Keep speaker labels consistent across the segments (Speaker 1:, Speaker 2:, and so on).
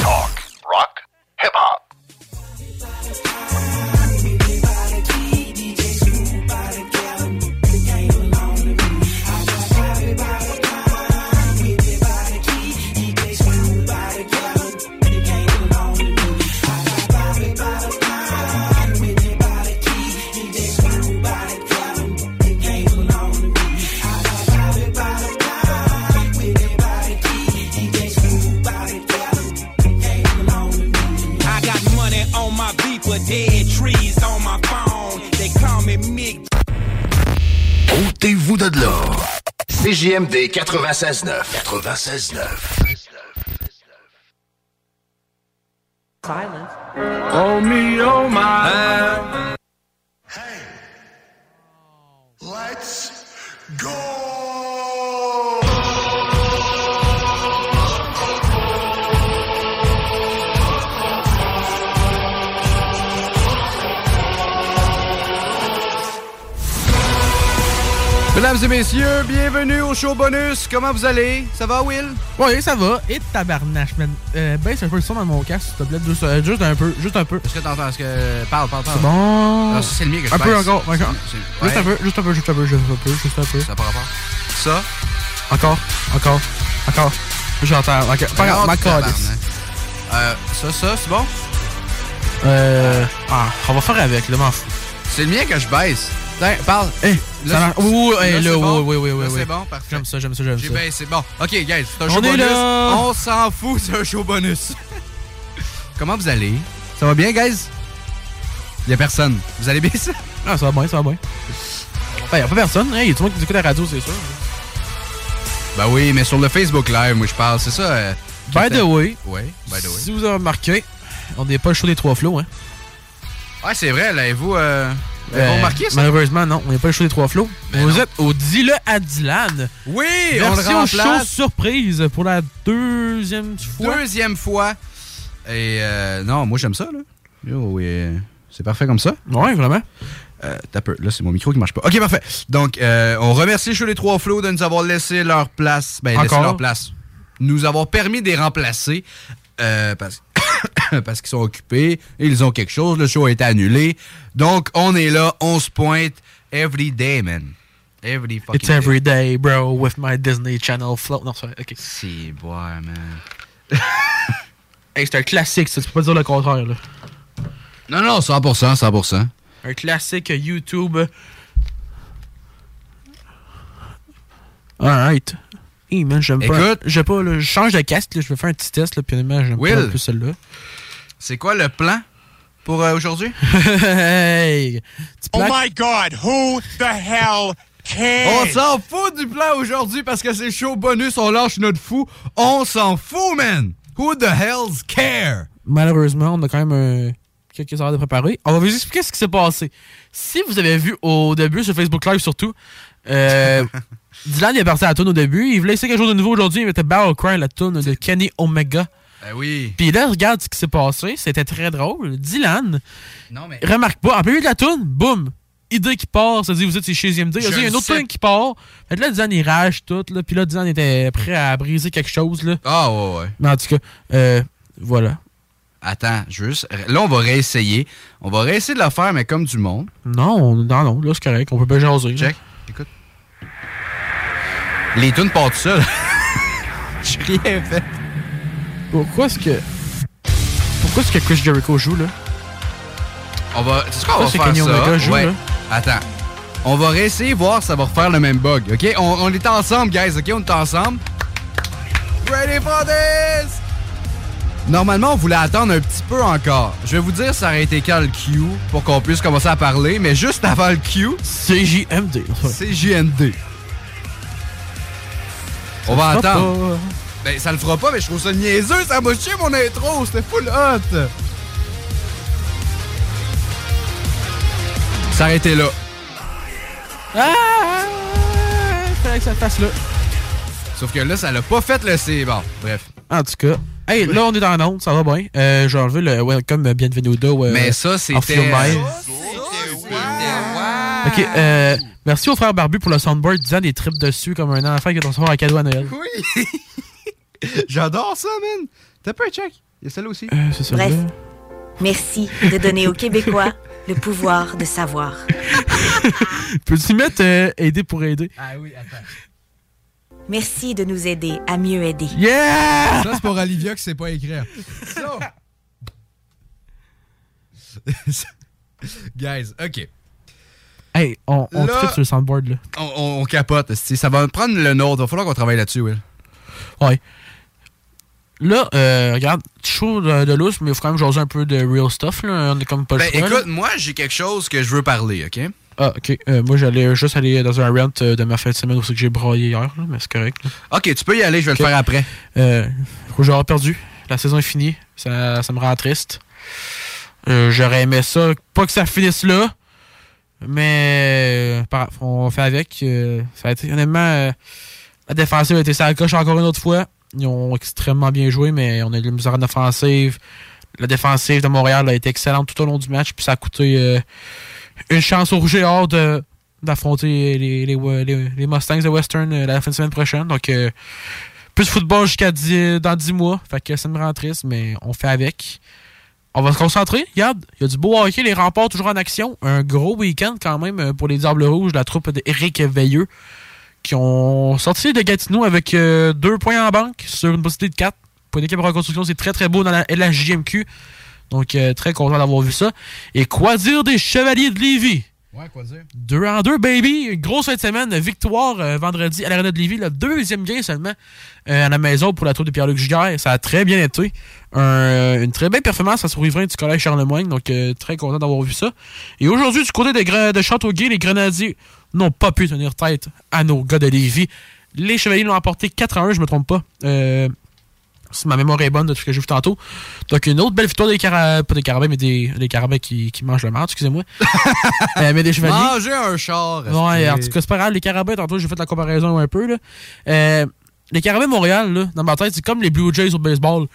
Speaker 1: Talk, rock, hip hop.
Speaker 2: I got money on my beeper, dead trees on my phone. They call me Mick
Speaker 1: Ôtez-vous de là. CJMD 96.9. 96.9.
Speaker 3: Silence.
Speaker 2: Oh me, oh my.
Speaker 1: Let's go!
Speaker 4: Mesdames et messieurs, bienvenue au show bonus. Comment vous allez? Ça va, Will?
Speaker 3: Oui, ça va. Et tabarnache, man. Euh, baisse un peu le son dans mon casque, s'il te plaît. Juste, euh, juste un peu, juste un peu.
Speaker 4: Est-ce que t'entends? Est-ce que... Parle, parle, parle.
Speaker 3: C'est bon.
Speaker 4: Ah, ça, c'est le mien que je
Speaker 3: Un peu
Speaker 4: baisse.
Speaker 3: encore, encore.
Speaker 4: C'est- c'est-
Speaker 3: Juste
Speaker 4: ouais.
Speaker 3: un peu, juste un peu, juste un peu, juste un peu, juste un peu.
Speaker 4: Ça par rapport. Ça?
Speaker 3: Encore, encore, encore. J'entends. Ok, Pas grave, ma
Speaker 4: Tabarnak.
Speaker 3: calice.
Speaker 4: Euh, ça, ça, c'est bon?
Speaker 3: Euh. Ah, on va faire avec, là, m'en fous.
Speaker 4: C'est le mien que je baisse. Tiens, Ben, parle.
Speaker 3: Eh,
Speaker 4: Là,
Speaker 3: ça marche.
Speaker 4: c'est-
Speaker 3: Oui, oui,
Speaker 4: là,
Speaker 3: eh,
Speaker 4: c'est
Speaker 3: là,
Speaker 4: bon.
Speaker 3: oui, oui, oui, oui.
Speaker 4: Là, c'est
Speaker 3: oui.
Speaker 4: bon, parfait.
Speaker 3: J'aime ça, j'aime ça, j'aime
Speaker 4: J'ai
Speaker 3: ça.
Speaker 4: baissé. Bon, OK, guys, c'est un
Speaker 3: On
Speaker 4: show
Speaker 3: est
Speaker 4: bonus.
Speaker 3: là.
Speaker 4: On s'en fout, c'est un show bonus. Comment vous allez? Ça va bien, guys? Y a personne. Vous allez bien, ça?
Speaker 3: Ah, ça va bien, ça va bien. Ben, y'a pas personne, hein. Y'a tout le monde qui écoute la radio, c'est sûr.
Speaker 4: Ben oui, mais sur le Facebook Live, moi, je parle. C'est ça. euh,
Speaker 3: By the way,
Speaker 4: Ouais, by the way.
Speaker 3: si vous avez remarqué, on n'est pas le show des trois flots, hein.
Speaker 4: Ouais, Ah, c'est vrai, là, et vous, euh, avez-vous
Speaker 3: Euh,
Speaker 4: remarqué ça?
Speaker 3: Malheureusement, non. On n'est pas le show des trois flots.
Speaker 4: Ben
Speaker 3: vous
Speaker 4: non.
Speaker 3: êtes au Dis-le à Dylan.
Speaker 4: Oui,
Speaker 3: Merci
Speaker 4: on
Speaker 3: au
Speaker 4: le
Speaker 3: show
Speaker 4: remplace
Speaker 3: surprise pour la deuxième fois.
Speaker 4: deuxième fois. Et euh, non, moi, j'aime ça, là. Yo, oui, euh, c'est parfait comme ça.
Speaker 3: Ouais, vraiment.
Speaker 4: Euh, t'as peu. Là, c'est mon micro qui marche pas. OK, parfait. Donc, euh, on remercie Show les Trois Flots de nous avoir laissé leur place. Ben, laissé
Speaker 3: Encore?
Speaker 4: leur place. Nous avoir permis de les remplacer euh, parce, parce qu'ils sont occupés. Ils ont quelque chose. Le show a été annulé. Donc, on est là. On se pointe every day, man. Every fucking
Speaker 3: It's
Speaker 4: day.
Speaker 3: every day, bro, with my Disney Channel float. Non, c'est vrai, ok.
Speaker 4: C'est boire, man.
Speaker 3: Hey, c'est un classique, ça. Tu peux pas dire le contraire, là.
Speaker 4: Non, non, 100%, 100%.
Speaker 3: Un classique YouTube. Alright. Hey man, j'aime pas.
Speaker 4: Écoute.
Speaker 3: J'ai pas, là, je change de casque, là, je vais faire un petit test, là, puis honnêtement, j'aime pas
Speaker 4: Will.
Speaker 3: un peu celle-là.
Speaker 4: C'est quoi le plan pour euh, aujourd'hui?
Speaker 3: hey! Petit plaque.
Speaker 2: God, who the hell
Speaker 4: On
Speaker 2: cares?
Speaker 4: s'en fout du plan aujourd'hui parce que c'est chaud bonus, on lâche notre fou. On s'en fout, man! Who the hell's care?
Speaker 3: Malheureusement, on a quand même euh, quelques heures de préparer. On va vous expliquer ce qui s'est passé. Si vous avez vu au début, sur Facebook Live surtout, euh, Dylan il est parti à la toune au début. Il voulait essayer quelque chose de nouveau aujourd'hui. Il mettait Battle Cry, la toune de Kenny Omega.
Speaker 4: Ben oui.
Speaker 3: Puis là, regarde ce qui s'est passé. C'était très drôle. Dylan,
Speaker 4: Non, mais.
Speaker 3: remarque pas, en plein milieu de la toune, boum, idée qui part, ça dit vous êtes chez CGMD, il y
Speaker 4: Je
Speaker 3: a une
Speaker 4: le
Speaker 3: autre
Speaker 4: sais.
Speaker 3: toune qui part. Fait que là, Dylan, il rage tout, là, puis là, Dylan était prêt à briser quelque chose, là.
Speaker 4: Ah, ouais, ouais.
Speaker 3: Mais en tout cas, euh, voilà.
Speaker 4: Attends, juste. Là, on va réessayer. On va réessayer de la faire, mais comme du monde.
Speaker 3: Non, non, non, là, c'est correct, on peut pas jaser. là.
Speaker 4: Check. Écoute. Les tunes partent tout seul. J'ai bien fait.
Speaker 3: Pourquoi est-ce que. Pourquoi est-ce que Chris Jericho joue, là
Speaker 4: On va. C'est ce qu'on va
Speaker 3: c'est
Speaker 4: faire
Speaker 3: Kenny
Speaker 4: ça.
Speaker 3: Omega joue, là.
Speaker 4: Attends. On va réessayer voir si ça va refaire le même bug, OK? On, on est ensemble, guys, OK? On est ensemble. Ready for this! Normalement, on voulait attendre un petit peu encore. Je vais vous dire ça aurait été quand le Q pour qu'on puisse commencer à parler, mais juste avant le Q,
Speaker 3: CJMD.
Speaker 4: c'est JND. On va attendre. Ben, ça le fera pas, mais je trouve ça niaiseux, ça m'a chié mon intro, c'était full hot! S'arrêter là.
Speaker 3: Ah! Fallait que ça fasse, là.
Speaker 4: Sauf que là, ça l'a pas fait le C. Bon, bref.
Speaker 3: En tout cas. Hey, là, on est dans la onde, ça va bien. Euh, J'ai enlevé le Welcome euh, Bienvenudo. euh,
Speaker 4: Mais ça,
Speaker 3: en
Speaker 4: c'était- euh,
Speaker 3: film live. Ok, euh, merci au frère Barbu pour le soundboard disant des tripes dessus comme un enfant qui doit recevoir un cadeau à Noël.
Speaker 4: Oui! J'adore ça, man! T'as pas un check? Il y a celle-là aussi.
Speaker 3: Euh, c'est ça.
Speaker 5: Bref.
Speaker 3: là.
Speaker 5: Merci de donner aux Québécois le pouvoir de savoir.
Speaker 3: Peux-tu mettre euh, aider pour aider?
Speaker 4: Ah oui, attends.
Speaker 5: Merci de nous aider à mieux aider.
Speaker 3: Yeah!
Speaker 4: Ça, c'est pour Olivia qui sait pas écrire. Ça! Guys, ok.
Speaker 3: Hey, on, on
Speaker 4: Là-
Speaker 3: tripe sur le soundboard là.
Speaker 4: On, on- on capote, esti. ça va prendre le nôtre. Va falloir qu'on travaille là-dessus, Will.
Speaker 3: Ouais. Là, euh, regarde, chaud de, de lousse, mais il faut quand même jaser un peu de real stuff là. On est comme pas le
Speaker 4: Ben
Speaker 3: choix, là.
Speaker 4: écoute, moi j'ai quelque chose que je veux parler, ok?
Speaker 3: Ah, ok. Euh, moi, j'allais juste aller dans un rant euh, de ma fin de semaine où c'est que j'ai broyé hier, là, mais c'est correct. là.
Speaker 4: Ok, tu peux y aller, je vais
Speaker 3: Ok.
Speaker 4: le faire après.
Speaker 3: Euh, j'aurais perdu. La saison est finie. Ça, ça me rend triste. Euh, j'aurais aimé ça. Pas que ça finisse là. Mais euh, par- on fait avec. euh, ça a été, honnêtement, euh, la défensive a été sa coche encore une autre fois. Ils ont extrêmement bien joué, mais on a eu de la misère en offensive. La défensive de Montréal a été excellente tout au long du match. Puis ça a coûté euh, une chance au rouge et or de- d'affronter les, les, les- les Mustangs de Western euh, la fin de semaine prochaine. Donc euh, plus de football jusqu'à dix- dans 10 mois. Fait que ça me rend triste, mais on fait avec. On va se concentrer. Regarde, il y a du beau hockey, les remports toujours en action. Un gros week-end quand même euh, pour les Diables Rouges, la troupe d'Éric Veilleux, qui ont sorti de Gatineau avec euh, deux points en banque sur une possibilité de 4. Pour une équipe en reconstruction, c'est très très beau dans la LHJMQ. Donc, euh, très content d'avoir vu ça. Et quoi dire des Chevaliers de Lévis?
Speaker 4: Ouais, quoi dire?
Speaker 3: 2 en 2, baby! Grosse fin de semaine, victoire euh, vendredi à l'Arena de Lévis, le deuxième gain seulement euh, à la maison pour la tour de Pierre-Luc Giguère. Ça a très bien été. Un, euh, une très belle performance à Sourivrain du Collège Charlemagne, donc euh, très content d'avoir vu ça. Et aujourd'hui, du côté de, Gra- de Châteauguay, les Grenadiers n'ont pas pu tenir tête à nos gars de Lévis. Les Chevaliers l'ont emporté 4 à 1, je me trompe pas. Euh, si ma mémoire est bonne de tout ce que j'ai vu tantôt. Donc, une autre belle victoire des Carabins, pas des Carabins, mais des, des Carabins qui, qui mangent le marde, excusez-moi. Euh, mais des Chevaliers.
Speaker 4: Manger un char.
Speaker 3: Ouais,
Speaker 4: esti.
Speaker 3: en tout cas, c'est pas grave. Les Carabins, tantôt, j'ai fait la comparaison un peu. Là. Euh, les Carabins de Montréal, là, dans ma tête, c'est comme les Blue Jays au baseball.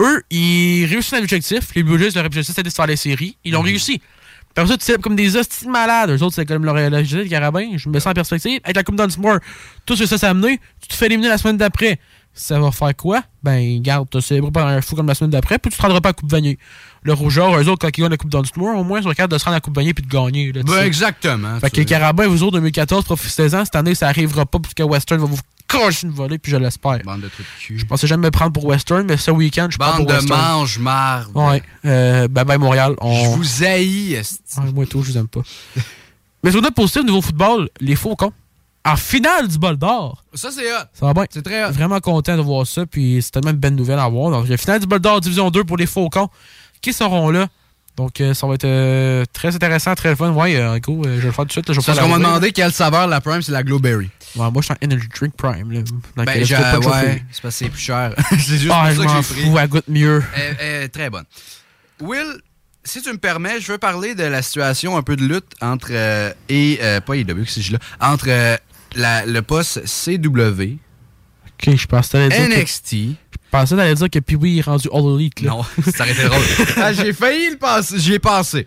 Speaker 3: Eux, ils réussissent un objectif. Les Blue Jays, leur objectif, c'était de se faire les séries. Ils l'ont réussi. Par ça, tu sais, comme des hosties de malades. Eux autres, c'est comme leur objectif, les Carabins. Je me mets ça en perspective. Avec la Coupe Dunsmore, tout ce que ça s'est amené, tu te fais éliminer la semaine d'après. Ça va faire quoi? Ben, garde, t'as célébré pendant un fou comme la semaine d'après, puis tu te rendras pas à la Coupe Vanier. Le Rougeur, eux autres, quand ils gagnent la Coupe Dunsmore, au moins, ils sont capables de se rendre à la Coupe Vanier puis de gagner. là, tu
Speaker 4: Ben
Speaker 3: sais.
Speaker 4: exactement.
Speaker 3: Fait
Speaker 4: tu
Speaker 3: que les
Speaker 4: sais.
Speaker 3: Carabins, vous autres, 2014, profitez-en. Cette année, ça arrivera pas parce que Western va vous cocher une volée, puis je l'espère.
Speaker 4: Bande de trucs de cul.
Speaker 3: Je pensais jamais me prendre pour Western, mais ce week-end, je prends pour
Speaker 4: Bande de
Speaker 3: Western.
Speaker 4: mange marde.
Speaker 3: Ouais. Euh, bye bye Montréal. On...
Speaker 4: Je vous haïs, esti.
Speaker 3: Ah, moi et tout, je vous aime pas. mais sur notre positif, niveau football, les Faucons, en finale du bol d'or,
Speaker 4: Ça, c'est hot.
Speaker 3: ça va bien.
Speaker 4: C'est très hot.
Speaker 3: Vraiment content de voir ça, puis c'est tellement une belle nouvelle à voir. Donc, la finale du Bol d'Or Division 2 pour les Faucons qui seront là. Donc, euh, ça va être euh, très intéressant, très fun. Ouais, euh, go, euh, je vais le faire tout de suite. là, je vais
Speaker 4: Ça,
Speaker 3: pas
Speaker 4: ce qu'on m'a
Speaker 3: l'arroser, là.
Speaker 4: demandé, quelle saveur la prime, c'est la Glowberry.
Speaker 3: Ouais, moi, je suis en Energy Drink Prime. Là, dans
Speaker 4: Ben,
Speaker 3: lequel
Speaker 4: j'ai-
Speaker 3: je peux pas
Speaker 4: ouais,
Speaker 3: choper.
Speaker 4: c'est parce que c'est plus cher. c'est juste
Speaker 3: Ah,
Speaker 4: pour
Speaker 3: je
Speaker 4: ça que
Speaker 3: m'en
Speaker 4: j'ai pris.
Speaker 3: fous, elle goûte mieux.
Speaker 4: Euh, euh, très bonne. Will, si tu me permets, je veux parler de la situation un peu de lutte entre euh, et euh, pas IW que c'est là, entre euh, la- le poste CW,
Speaker 3: Ok, je pensais t'allais dire que,
Speaker 4: NXT.
Speaker 3: je pensais t'allais dire que Pee-Wee est rendu All Elite. Là.
Speaker 4: Non, ça aurait été drôle. Ah, j'ai failli le penser, j'y ai pensé.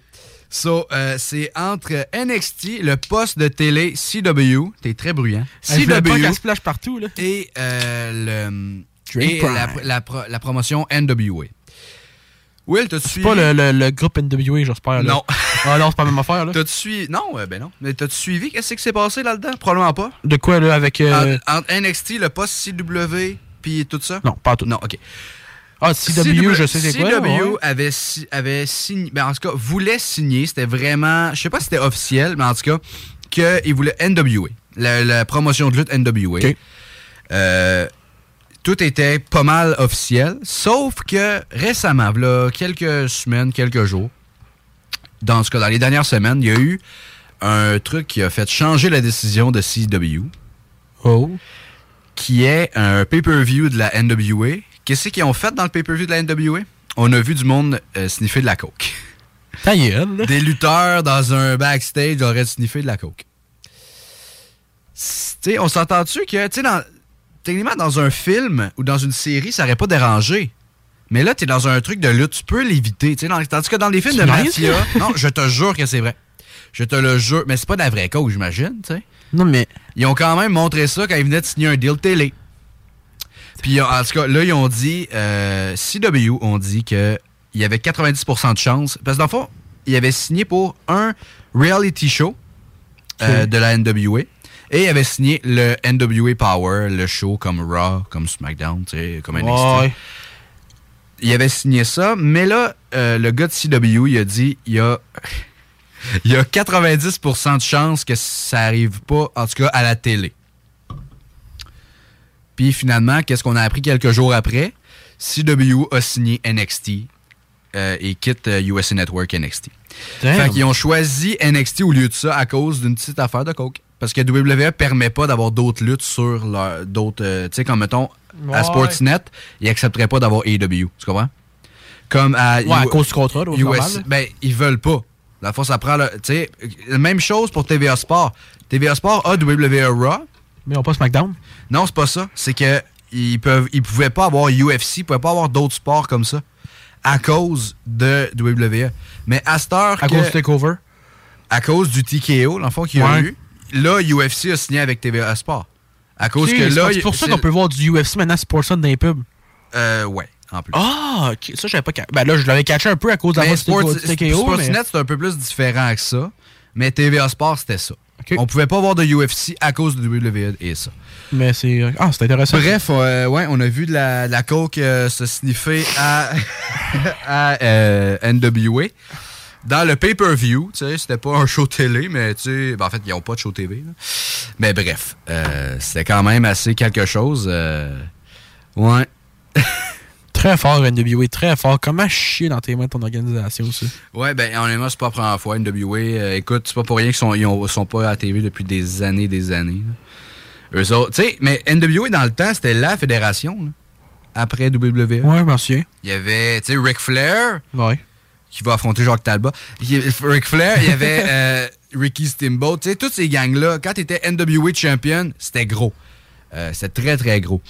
Speaker 4: So, euh, c'est entre NXT, le poste de télé CW, t'es très bruyant.
Speaker 3: Hey, je voulais pas
Speaker 4: CW
Speaker 3: qu'elle se plage partout. Là.
Speaker 4: et euh, le
Speaker 3: Drink
Speaker 4: et
Speaker 3: Prime.
Speaker 4: la, la pro- la promotion NWA. Will, t'as
Speaker 3: C'est
Speaker 4: suivi
Speaker 3: pas le, le, le groupe NWA, j'espère. là.
Speaker 4: Non.
Speaker 3: Ah non, c'est pas la même affaire. Là.
Speaker 4: T'as-tu suivi. Non, euh, ben non. Mais t'as-tu suivi qu'est-ce qui s'est passé là-dedans? Probablement pas.
Speaker 3: De quoi, là, avec. euh,
Speaker 4: En- Entre NXT, le poste CW, puis tout ça?
Speaker 3: Non, pas tout.
Speaker 4: Non, OK.
Speaker 3: Ah, CW, je sais c'est quoi,
Speaker 4: CW
Speaker 3: ouais.
Speaker 4: avait, si- avait signé, ben, en tout cas, voulait signer, c'était vraiment, je sais pas si c'était officiel, mais en tout cas, qu'il voulait NWA, la, la promotion de lutte NWA. Euh, tout était pas mal officiel, sauf que récemment, là, quelques semaines, quelques jours, dans ce cas, dans les dernières semaines, il y a eu un truc qui a fait changer la décision de CW.
Speaker 3: Oh.
Speaker 4: Qui est un pay-per-view de la NWA. Qu'est-ce qu'ils ont fait dans le pay-per-view de la NWA? On a vu du monde euh, sniffer de la coke.
Speaker 3: Ta gueule,
Speaker 4: Des lutteurs dans un backstage auraient sniffé de la coke. C'est- t'sais, on s'entend-tu que, tu dans, techniquement, dans un film ou dans une série, ça aurait pas dérangé. Mais là, t'es dans un truc de lutte, tu peux l'éviter. t'sais, dans- Tandis que dans les films
Speaker 3: Tu
Speaker 4: de
Speaker 3: niaises,
Speaker 4: mafia,
Speaker 3: là?
Speaker 4: non, je te jure que c'est vrai. Je te le jure, mais c'est pas de la vraie coke, j'imagine, tu
Speaker 3: Non, mais.
Speaker 4: Ils ont quand même montré ça quand ils venaient de signer un deal télé. Puis, en tout cas, là, ils ont dit, euh, CW ont dit qu'il y avait 90% de chance. Parce que dans le fond, ils avaient signé pour un reality show euh, de la NWA. Et ils avaient signé le NWA Power, le show comme Raw, comme SmackDown, tu sais, comme NXT.
Speaker 3: Ouais.
Speaker 4: Il avait signé ça, mais là, euh, le gars de CW, il a dit il y a, il y a 90% de chances que ça arrive pas, en tout cas à la télé. Puis finalement, qu'est-ce qu'on a appris quelques jours après CW a signé NXT euh, et quitte euh, USA Network NXT.
Speaker 3: Damn.
Speaker 4: Fait qu'ils ont choisi NXT au lieu de ça à cause d'une petite affaire de coke. Parce que WWE permet pas d'avoir d'autres luttes sur leur. d'autres. euh, tu sais, comme mettons, à
Speaker 3: Ouais.
Speaker 4: Sportsnet, ils accepteraient pas d'avoir AEW. Tu comprends? Comme à.
Speaker 3: Ouais, à cause du contrat, là, au normal, là.
Speaker 4: Ben, ils veulent pas. Dans le fond, ça prend le. Tu sais, euh, même chose pour TVA Sport. TVA Sport a WWE Raw.
Speaker 3: Mais on passe SmackDown.
Speaker 4: Non, c'est pas ça. C'est que ils peuvent, ils pouvaient pas avoir UFC, ils pouvaient pas avoir d'autres sports comme ça à cause de WWE. Mais à cette heure,
Speaker 3: À
Speaker 4: que-
Speaker 3: cause du takeover.
Speaker 4: à cause du TKO, l'enfant qu'il y a
Speaker 3: Ouais.
Speaker 4: eu, là UFC a signé avec TVA Sport. À cause
Speaker 3: Ok,
Speaker 4: que
Speaker 3: c'est
Speaker 4: là,
Speaker 3: pas- C'est pour ça qu'on peut voir du UFC maintenant, c'est pour ça dans les pubs.
Speaker 4: Euh, ouais, en plus.
Speaker 3: Ah, ok. ça, j'avais pas. ca- Ben là, je l'avais catché un peu à cause de la
Speaker 4: Mais
Speaker 3: voix du
Speaker 4: Sports-
Speaker 3: TKO.
Speaker 4: Sportsnet,
Speaker 3: mais-
Speaker 4: c'est un peu plus différent que ça. Mais TVA Sport, c'était ça. On pouvait pas voir de UFC à cause de WWE et ça.
Speaker 3: Mais c'est. Ah, c'est intéressant.
Speaker 4: Bref, euh, ouais, on a vu de la, de la coke euh, se sniffer à, à, euh, NWA. Dans le pay-per-view, tu sais, c'était pas un show télé, mais tu sais, ben, en fait, ils n'ont pas de show TV. là. Mais bref, euh, c'était quand même assez quelque chose. euh, ouais.
Speaker 3: Très fort, NWA, très fort. Comment chier dans tes mains ton organisation, ça?
Speaker 4: Ouais, ben, honnêtement, c'est pas la première fois. NWA, euh, écoute, c'est pas pour rien qu'ils sont, ils ont- sont pas à la TV depuis des années, des années. là. Eux autres, tu sais, mais NWA, dans le temps, c'était la fédération, là, après WWE.
Speaker 3: Ouais, je m'en souviens.
Speaker 4: Il y avait, tu sais, Ric Flair.
Speaker 3: Ouais.
Speaker 4: Qui va affronter Jacques Talbot. Il y avait- Ric Flair, il y avait euh, Ricky Steamboat. Tu sais, toutes ces gangs-là, quand t'étais NWA champion, c'était gros. Euh, c'était très, très gros.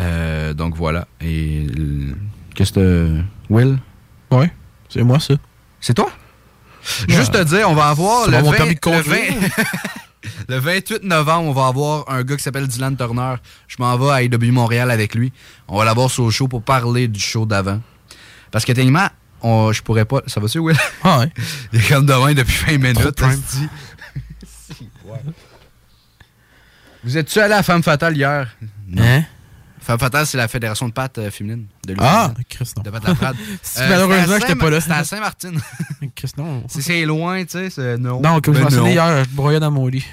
Speaker 4: Euh, donc voilà. Et. l- Qu'est-ce que. Will?
Speaker 3: Ouais. C'est moi, ça.
Speaker 4: C'est toi? Juste te dire, on va avoir
Speaker 3: Ça
Speaker 4: le,
Speaker 3: va, mon
Speaker 4: 20
Speaker 3: permis de
Speaker 4: le
Speaker 3: conduire.
Speaker 4: 20 le 28 novembre, on va avoir un gars qui s'appelle Dylan Turner. Je m'en vais à IW Montréal avec lui. On va l'avoir sur le show pour parler du show d'avant. Parce que techniquement, on- je pourrais pas. Ça va-tu, Will?
Speaker 3: Ah, ouais.
Speaker 4: Il est comme demain depuis 20
Speaker 3: Trop
Speaker 4: minutes.
Speaker 3: prime.
Speaker 4: esti. Vous êtes-tu allé à la Femme Fatale hier?
Speaker 3: Hein?
Speaker 4: Femme Fatale, c'est la fédération de pâtes euh, féminine. De
Speaker 3: Ah,
Speaker 4: Louisiane.
Speaker 3: Chris, non.
Speaker 4: De pâtes à la Prade.
Speaker 3: Si,
Speaker 4: Euh,
Speaker 3: malheureusement,
Speaker 4: c'était à
Speaker 3: j'étais
Speaker 4: Saint-
Speaker 3: pas là.
Speaker 4: C'était à Saint-Martin.
Speaker 3: Chris, non.
Speaker 4: Si c'est loin, tu sais, c'est non.
Speaker 3: Non, comme je
Speaker 4: Ben
Speaker 3: m'en souviens
Speaker 4: non.
Speaker 3: hier, je broyais dans mon lit.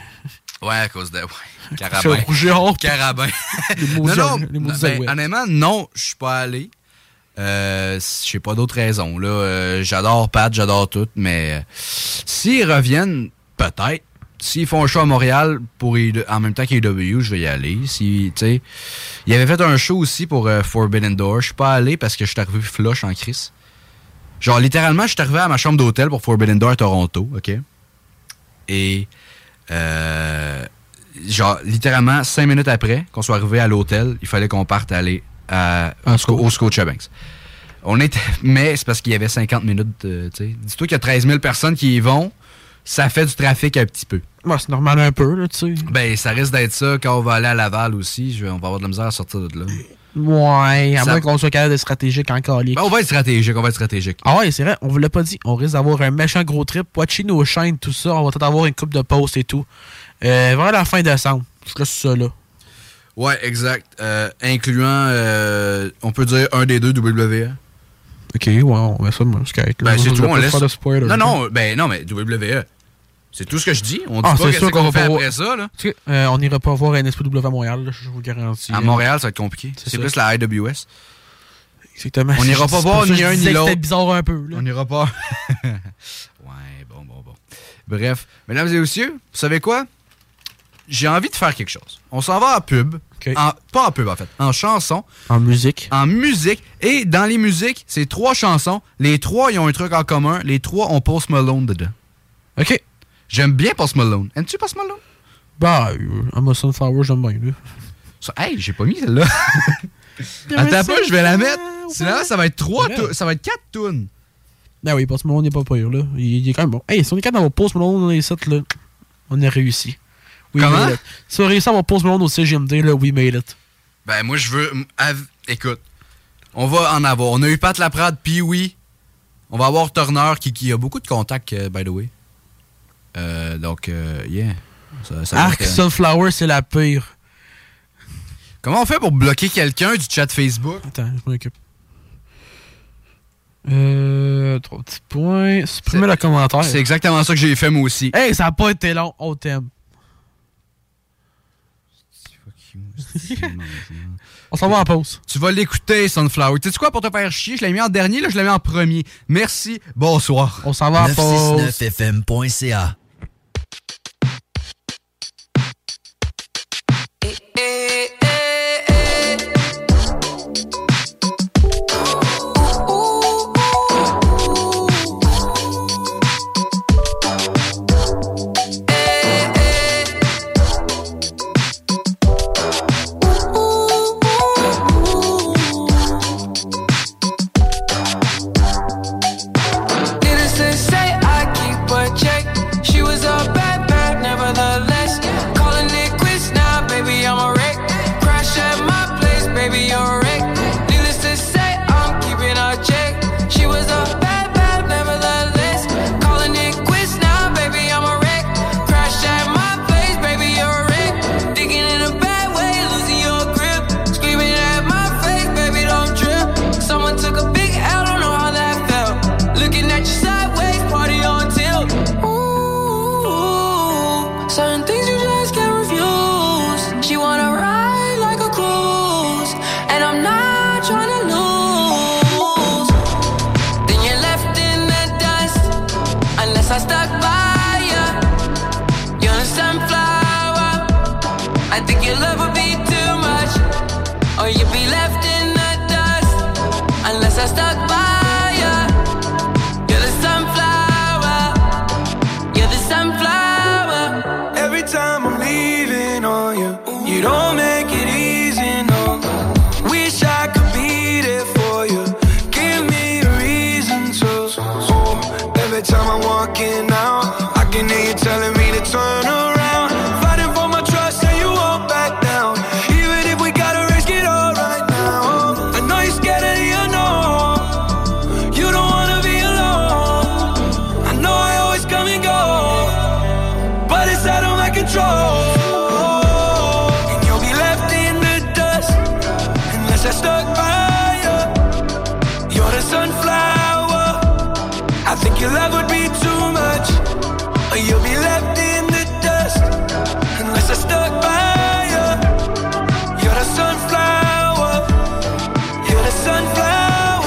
Speaker 4: Ouais, à cause de. Ouais.
Speaker 3: Je suis
Speaker 4: Carabin.
Speaker 3: rouge et or.
Speaker 4: Carabin.
Speaker 3: Les
Speaker 4: non,
Speaker 3: maudits
Speaker 4: non,
Speaker 3: or- les
Speaker 4: non,
Speaker 3: maudits
Speaker 4: ben,
Speaker 3: alouettes.
Speaker 4: honnêtement, non, je suis pas allé. Euh, je sais pas d'autres raisons. Là, Euh, j'adore Pat, j'adore tout, mais euh, s'ils reviennent, peut-être. S'ils font un show à Montréal pour I- en même temps qu'AEW, je vais y aller. Si, tu sais, il avait fait un show aussi pour euh, Forbidden Door. Je suis pas allé parce que je suis arrivé flush en crise. Genre, littéralement, je suis arrivé à ma chambre d'hôtel pour Forbidden Door à Toronto, OK? Et, euh, genre, littéralement, cinq minutes après qu'on soit arrivé à l'hôtel, il fallait qu'on parte aller à,
Speaker 3: À
Speaker 4: au
Speaker 3: Scotia.
Speaker 4: au Scotiabanks. On était, mais c'est parce qu'il y avait 50 minutes, de- tu sais. Dis-toi qu'il y a 13 000 personnes qui y vont, ça fait du trafic un petit peu.
Speaker 3: Ouais, c'est normal un peu, là, tu sais.
Speaker 4: Ben, ça risque d'être ça quand on va aller à Laval aussi. Je vais- on va avoir de la misère à sortir de là.
Speaker 3: Ouais, à
Speaker 4: Ça-
Speaker 3: moins qu'on soit capable de stratégique encore. les-
Speaker 4: Ben, on va être stratégique, on va être stratégique.
Speaker 3: Ah ouais, c'est vrai, on vous l'a pas dit. On risque d'avoir un méchant gros trip. Watcher nos chaînes, tout ça. On va peut-être avoir une coupe de posts et tout. Euh, vers la fin décembre. Je laisse ça là.
Speaker 4: Ouais, exact. Euh, incluant, euh, on peut dire un des deux WWE.
Speaker 3: Ok, ouais, on met ça, moi, c'est correct.
Speaker 4: Ben,
Speaker 3: Là, je
Speaker 4: c'est tout,
Speaker 3: vais
Speaker 4: on
Speaker 3: pas
Speaker 4: laisse.
Speaker 3: faire de spoiler.
Speaker 4: non, non, ben, non, mais WWE. C'est tout ce que je dis. On dit
Speaker 3: Ah,
Speaker 4: pas
Speaker 3: c'est
Speaker 4: qu'est-ce
Speaker 3: sûr qu'on va
Speaker 4: fait
Speaker 3: pas voir-
Speaker 4: après ça, là.
Speaker 3: Tu sais, euh, on ira pas voir NSPW à Montréal, là, je vous garantis. hein.
Speaker 4: À Montréal, ça va être compliqué.
Speaker 3: C'est
Speaker 4: C'est
Speaker 3: ça.
Speaker 4: plus la IWS.
Speaker 3: Exactement.
Speaker 4: On n'ira
Speaker 3: C'est pour
Speaker 4: pas voir
Speaker 3: ça que
Speaker 4: ni
Speaker 3: je
Speaker 4: un ni
Speaker 3: disais que
Speaker 4: l'autre.
Speaker 3: C'était bizarre un peu. là.
Speaker 4: On n'ira pas. ouais, bon, bon, bon. Bref, mesdames et messieurs, vous savez quoi? J'ai envie de faire quelque chose. On s'en va à pub. En- pas en pub, en fait. En chanson.
Speaker 3: En musique.
Speaker 4: En musique. Et dans les musiques, c'est trois chansons. Les trois, ils ont un truc en commun. Les trois ont Post Malone dedans.
Speaker 3: OK.
Speaker 4: J'aime bien Post Malone. Aimes-tu Post Malone?
Speaker 3: Bah, euh, I'm a sunflower, j'aime bien. Là.
Speaker 4: Ça- hey, j'ai pas mis celle-là. Attends pas, je vais la mettre. Sinon, ça va être trois,
Speaker 3: Ouais.
Speaker 4: tou- ça va être quatre tunes.
Speaker 3: Ben oui, Post Malone n'est pas pire, là. Il, il est quand même bon. Hey, si on est capable d'avoir Post Malone dans les sets, là, on a réussi. We
Speaker 4: Comment?
Speaker 3: made it. Si on réussit à avoir Post Malone au CGMD, là, we made it.
Speaker 4: Ben, moi, je veux. m- av- Écoute, on va en avoir. On a eu Pat Laprade, puis oui. On va avoir Turner qui, qui a beaucoup de contacts, euh, by the way. Euh, donc, euh, yeah. Ça- ça va
Speaker 3: Arc
Speaker 4: être, euh,
Speaker 3: Sunflower, c'est la pire.
Speaker 4: Comment on fait pour bloquer quelqu'un du chat Facebook?
Speaker 3: Attends, je m'en occupe. Euh. Trois petits points. Supprimer
Speaker 4: C'est-
Speaker 3: le commentaire.
Speaker 4: C'est exactement ça que j'ai fait moi aussi.
Speaker 3: Hey, ça a pas été long. On t'aime. On s'en va en pause.
Speaker 4: Tu vas l'écouter, Sunflower. Tu sais quoi, pour te faire chier, je l'ai mis en dernier, là, je l'ai mis en premier. Merci, bonsoir.
Speaker 3: On s'en va en pause.
Speaker 6: 969fm.ca.
Speaker 7: Needless to say, I keep a check. She was a bad bad, nevertheless. Calling it quits now, baby, I'm a wreck. Crash at my place, baby, you're a wreck. Needless to say, I'm keeping a check. She was a bad bad, nevertheless. Calling it quits now, baby, I'm a wreck. Crash at my place, baby, you're a wreck. Thinking in a bad way, losing your grip. Screaming at my face, baby, don't trip. Someone took a big L, don't know how that felt. Looking at you sideways, party on tilt. Ooh, certain things you just can't refuse. She wanna ride like a cruise, and I'm not trying to lose. Then you're left in the dust, unless I stuck by ya. You're a sunflower. I think your love would be too much, or you'd be left in the dust, unless I stuck by ya. You're the sunflower. You're the sunflower.
Speaker 2: Every time I'm leaving on you, you don't make it easy, no. Wish I could be there for you. Give me a reason to. Oh, every time I'm walking out, I can hear you telling me to turn around. Fighting for my trust, and you won't back down. Even if we gotta risk it all right now. I know you're scared of the unknown. You don't wanna be alone. I know I always come and go but it's out of my control. And you'll be left in the dust unless I stuck by you. You're the sunflower. I think your love would be too much, or you'll be left in the dust unless I stuck by you. You're the sunflower. You're the sunflower.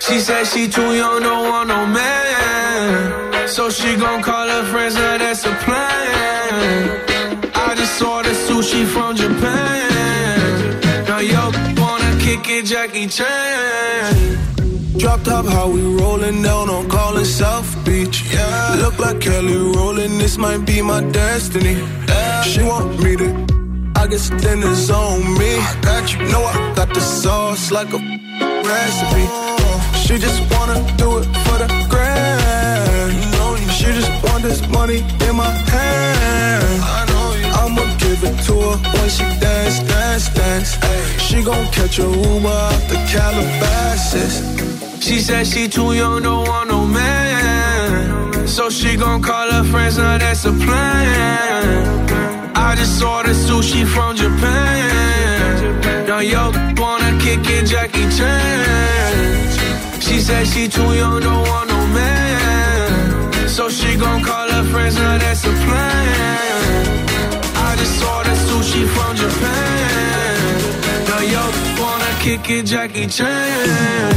Speaker 2: She said she too young, don't want no man. So she gon' call her friends, now that's a plan. I just ordered sushi from Japan. Now yo wanna kick it, Jackie Chan. Dropped up how we rolling down on call it South Beach. Yeah. Look like Kelly rolling, this might be my destiny. She want me to, I guess then it's on me. I got you. Know I got the sauce like a recipe. She just wanna do it for the grand. She just want this money in my hand. I'ma give
Speaker 8: give it to her. When she dance, dance, dance. ayy. She gon' catch a Uber out the Calabasas.
Speaker 2: She said she too young, don't want no man. So she gon' call her friends, now that's a plan. I just ordered sushi from Japan. Now yo wanna kick it, Jackie Chan. She said she too young, don't want no man. So she gon' call her friends, now that's a plan. I just ordered sushi from Japan. Now yo wanna kick it, Jackie Chan.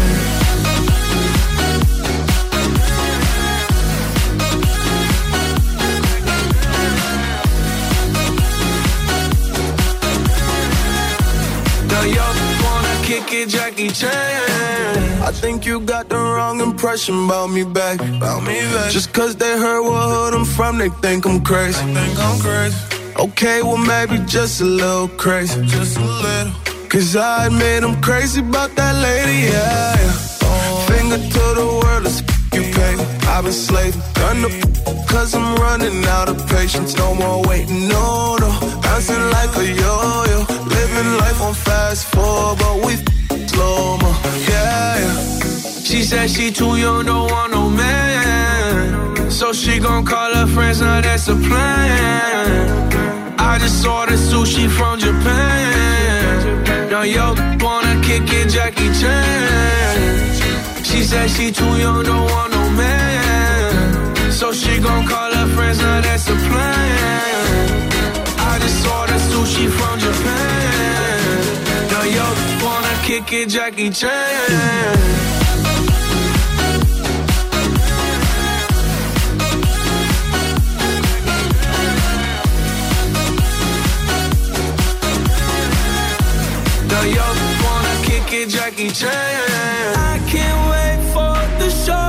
Speaker 8: Now y'all wanna kick it, Jackie Chan. I think you got the wrong impression about me back. About me back. Just cause they heard what hood I'm from, they think I'm crazy. think I'm crazy. Okay, well maybe just a little crazy. Just a little. Cause I admit I'm crazy about that lady, yeah. yeah. Finger to the world, it's f- you pay. I've been slaving, done the f- cause I'm running out of patience. No more waiting, no, no. Bouncing like a yo yo. Living life on fast forward, but we f- slow mo.
Speaker 2: yeah, yeah. She said she too young, don't want no man. So she gon' call her friends, now that's a plan. I just ordered sushi from Japan. Now yo wanna kick it, Jackie Chan. She said she too young, don't want no man. So she gon' call her friends, now that's a plan. I just ordered sushi from Japan. Now yo wanna kick it, Jackie Chan.
Speaker 8: Now y'all wanna kick it, Jackie Chan. I can't wait for the show.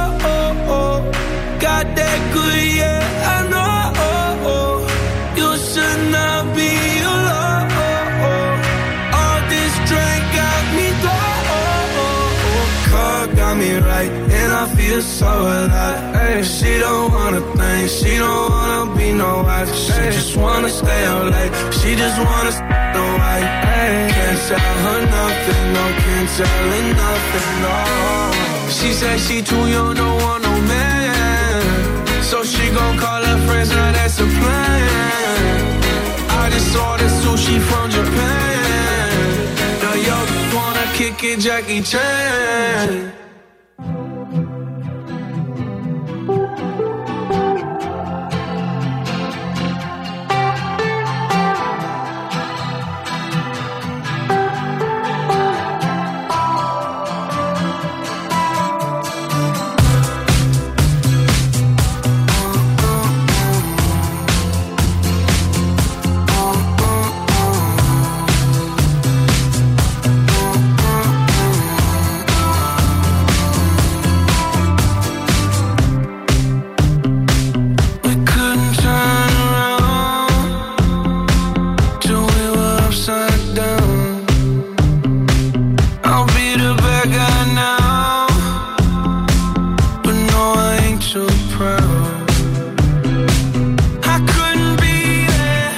Speaker 2: Got that good, yeah, I know. You should not be alone. All this drink got me low.
Speaker 8: Car got me right, and I feel so alive. Ay, she don't wanna think, she don't wanna be no wife. She just wanna stay out late, she just wanna stay no white. Ay, can't tell her nothing, no, can't tell her nothing, no.
Speaker 2: She said she too young, don't want no man. So she gon' call her friends, now that's a plan. I just ordered sushi from Japan. Now y'all wanna kick it, Jackie Chan.
Speaker 8: We couldn't turn around till we were upside down.
Speaker 2: I'll be the bad guy now. But no, I ain't too proud. I couldn't be there.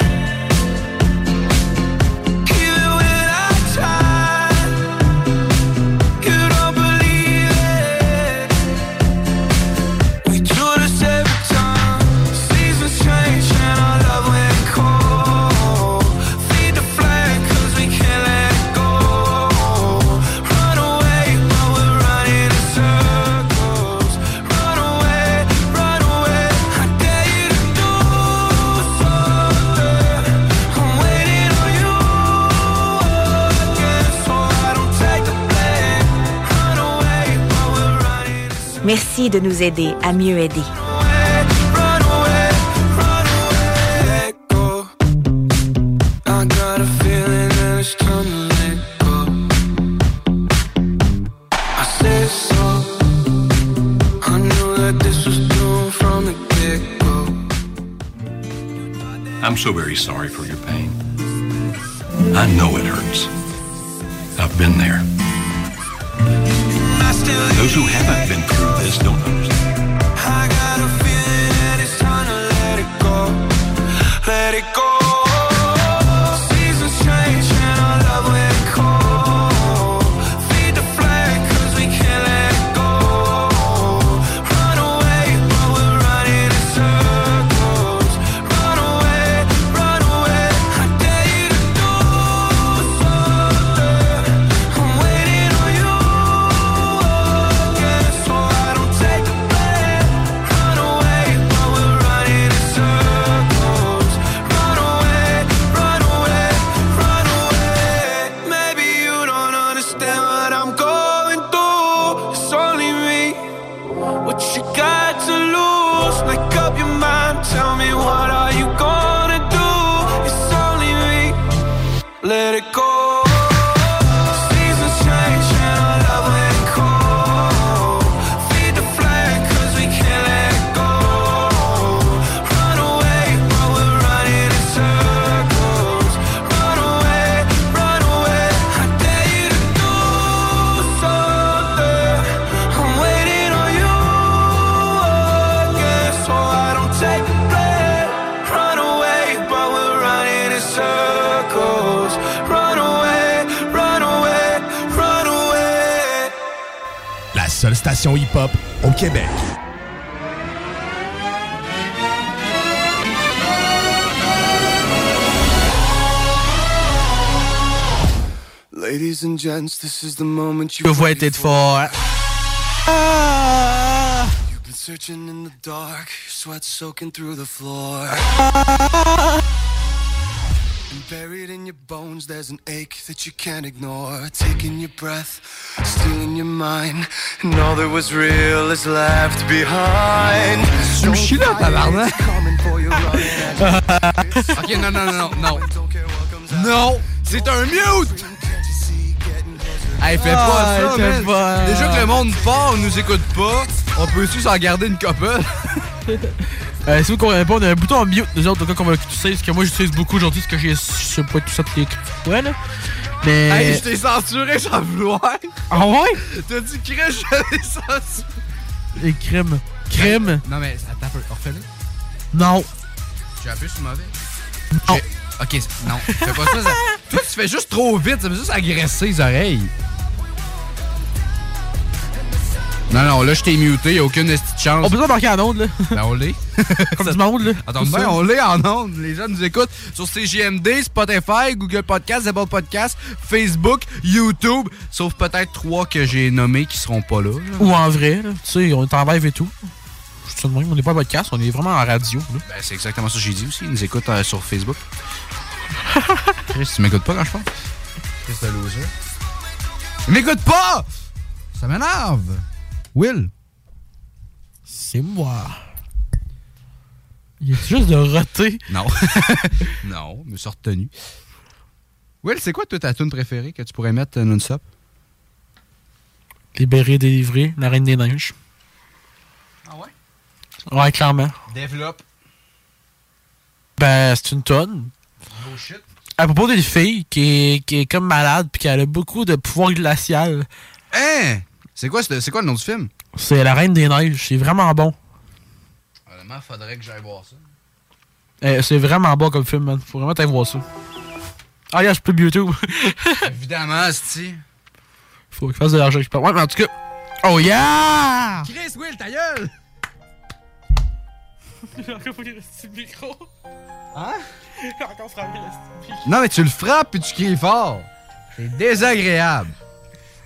Speaker 2: Even when I tried, you don't believe it. We do this every time. Seasons change and our love went cold. Feed the flag 'cause we can't let go. Run away, but we're running in circles. Run away, run away. I dare you to do so. I'm waiting on you again, so I don't take the blame. Run away, but we're running in
Speaker 5: Merci de nous aider à mieux aider.
Speaker 2: Run away, run away, let go. I got a feeling that it's time to let go. I said so. I knew that this was doomed from the get go.
Speaker 6: I'm so very sorry for your pain. I know it hurts. I've been there. Those who haven't been through this don't understand.
Speaker 2: I got a feeling that it's time to let it go, let it go.
Speaker 9: seule station hip-hop au Québec.
Speaker 2: Ladies and gents, this is the moment
Speaker 3: Je vois être fort.
Speaker 2: Ah. You've been searching in the dark, your sweat soaking through the floor. And buried in your bones, there's an ache that you can't ignore. Taking your breath, stealing your mind, and all that was real is left behind.
Speaker 4: Je suis là, tabarnak! ok, non, non, non, non. Non! C'est un mute! Hey, fais
Speaker 3: Ah,
Speaker 4: pas ça,
Speaker 3: fais
Speaker 4: man.
Speaker 3: pas.
Speaker 4: Déjà que le monde part, on nous écoute pas. On peut aussi s'en garder une couple.
Speaker 3: Euh, si vous comprenez pas, on a un bouton en mute, nous autres, donc on va tousser, parce que moi j'utilise beaucoup aujourd'hui, parce que j'ai- je sais pas tout ça tous les ouais, là. Mais.
Speaker 4: Hey, je t'ai censuré sans vouloir.
Speaker 3: Ah ouais?
Speaker 4: T'as dit que je l'ai censuré.
Speaker 3: Les crimes. Crime?
Speaker 4: Non, mais attends un peu. Orphelin?
Speaker 3: Non.
Speaker 4: J'ai appuyé sur mauvais. Non. Ok, c'est- non. Fais pas ça, ça- Toi, tu fais juste trop vite. Ça veut juste agresser les oreilles. Non, non, là, je t'ai muté. Y'a aucune esti de chance.
Speaker 3: On peut pas marquer en onde, là.
Speaker 4: Ben, on l'est.
Speaker 3: Comme du monde, là.
Speaker 4: Attends, ben, on l'est en ondes. Les gens nous écoutent sur CGMD, Spotify, Google Podcast, Apple Podcast, Facebook, YouTube. Sauf peut-être trois que j'ai nommés qui seront pas là. là.
Speaker 3: Ou en vrai, là. Tu sais, on est en live et tout. Je suis de même, on n'est pas podcast, on est vraiment en radio, là.
Speaker 4: Ben, c'est exactement ça que j'ai dit aussi. Ils nous écoutent euh, sur Facebook. Chris, tu m'écoutes pas quand je parle? Chris de loser. Il m'écoute pas! Ça m'énerve! Will?
Speaker 3: C'est moi. Il est juste de roter.
Speaker 4: Non. non, je me suis retenu. Will, c'est quoi toi, ta tune préférée que tu pourrais mettre euh, non-stop?
Speaker 3: Libéré, délivré, la reine des neiges.
Speaker 4: Ah ouais?
Speaker 3: Ouais, clairement.
Speaker 4: Développe.
Speaker 3: Ben, c'est une tonne.
Speaker 4: Bullshit.
Speaker 3: À propos d'une fille qui est, qui est comme malade puis qu'elle a beaucoup de pouvoir glacial.
Speaker 4: Hein? C'est quoi, c'est quoi le nom du film?
Speaker 3: C'est La Reine des Neiges. C'est vraiment bon.
Speaker 4: Honnêtement, faudrait que j'aille voir ça.
Speaker 3: Eh, c'est vraiment bon comme film, man. Faut vraiment t'aller voir ça. Ah, yeah, je peux YouTube.
Speaker 4: Évidemment, si.
Speaker 3: Faut que je fasse de l'argent. je parle. Ouais, mais en tout cas. Oh yeah!
Speaker 4: Chris, Will, ta gueule!
Speaker 3: micro.
Speaker 4: Hein?
Speaker 3: encore frappé
Speaker 4: Non, mais tu le frappes puis tu cries fort. C'est désagréable.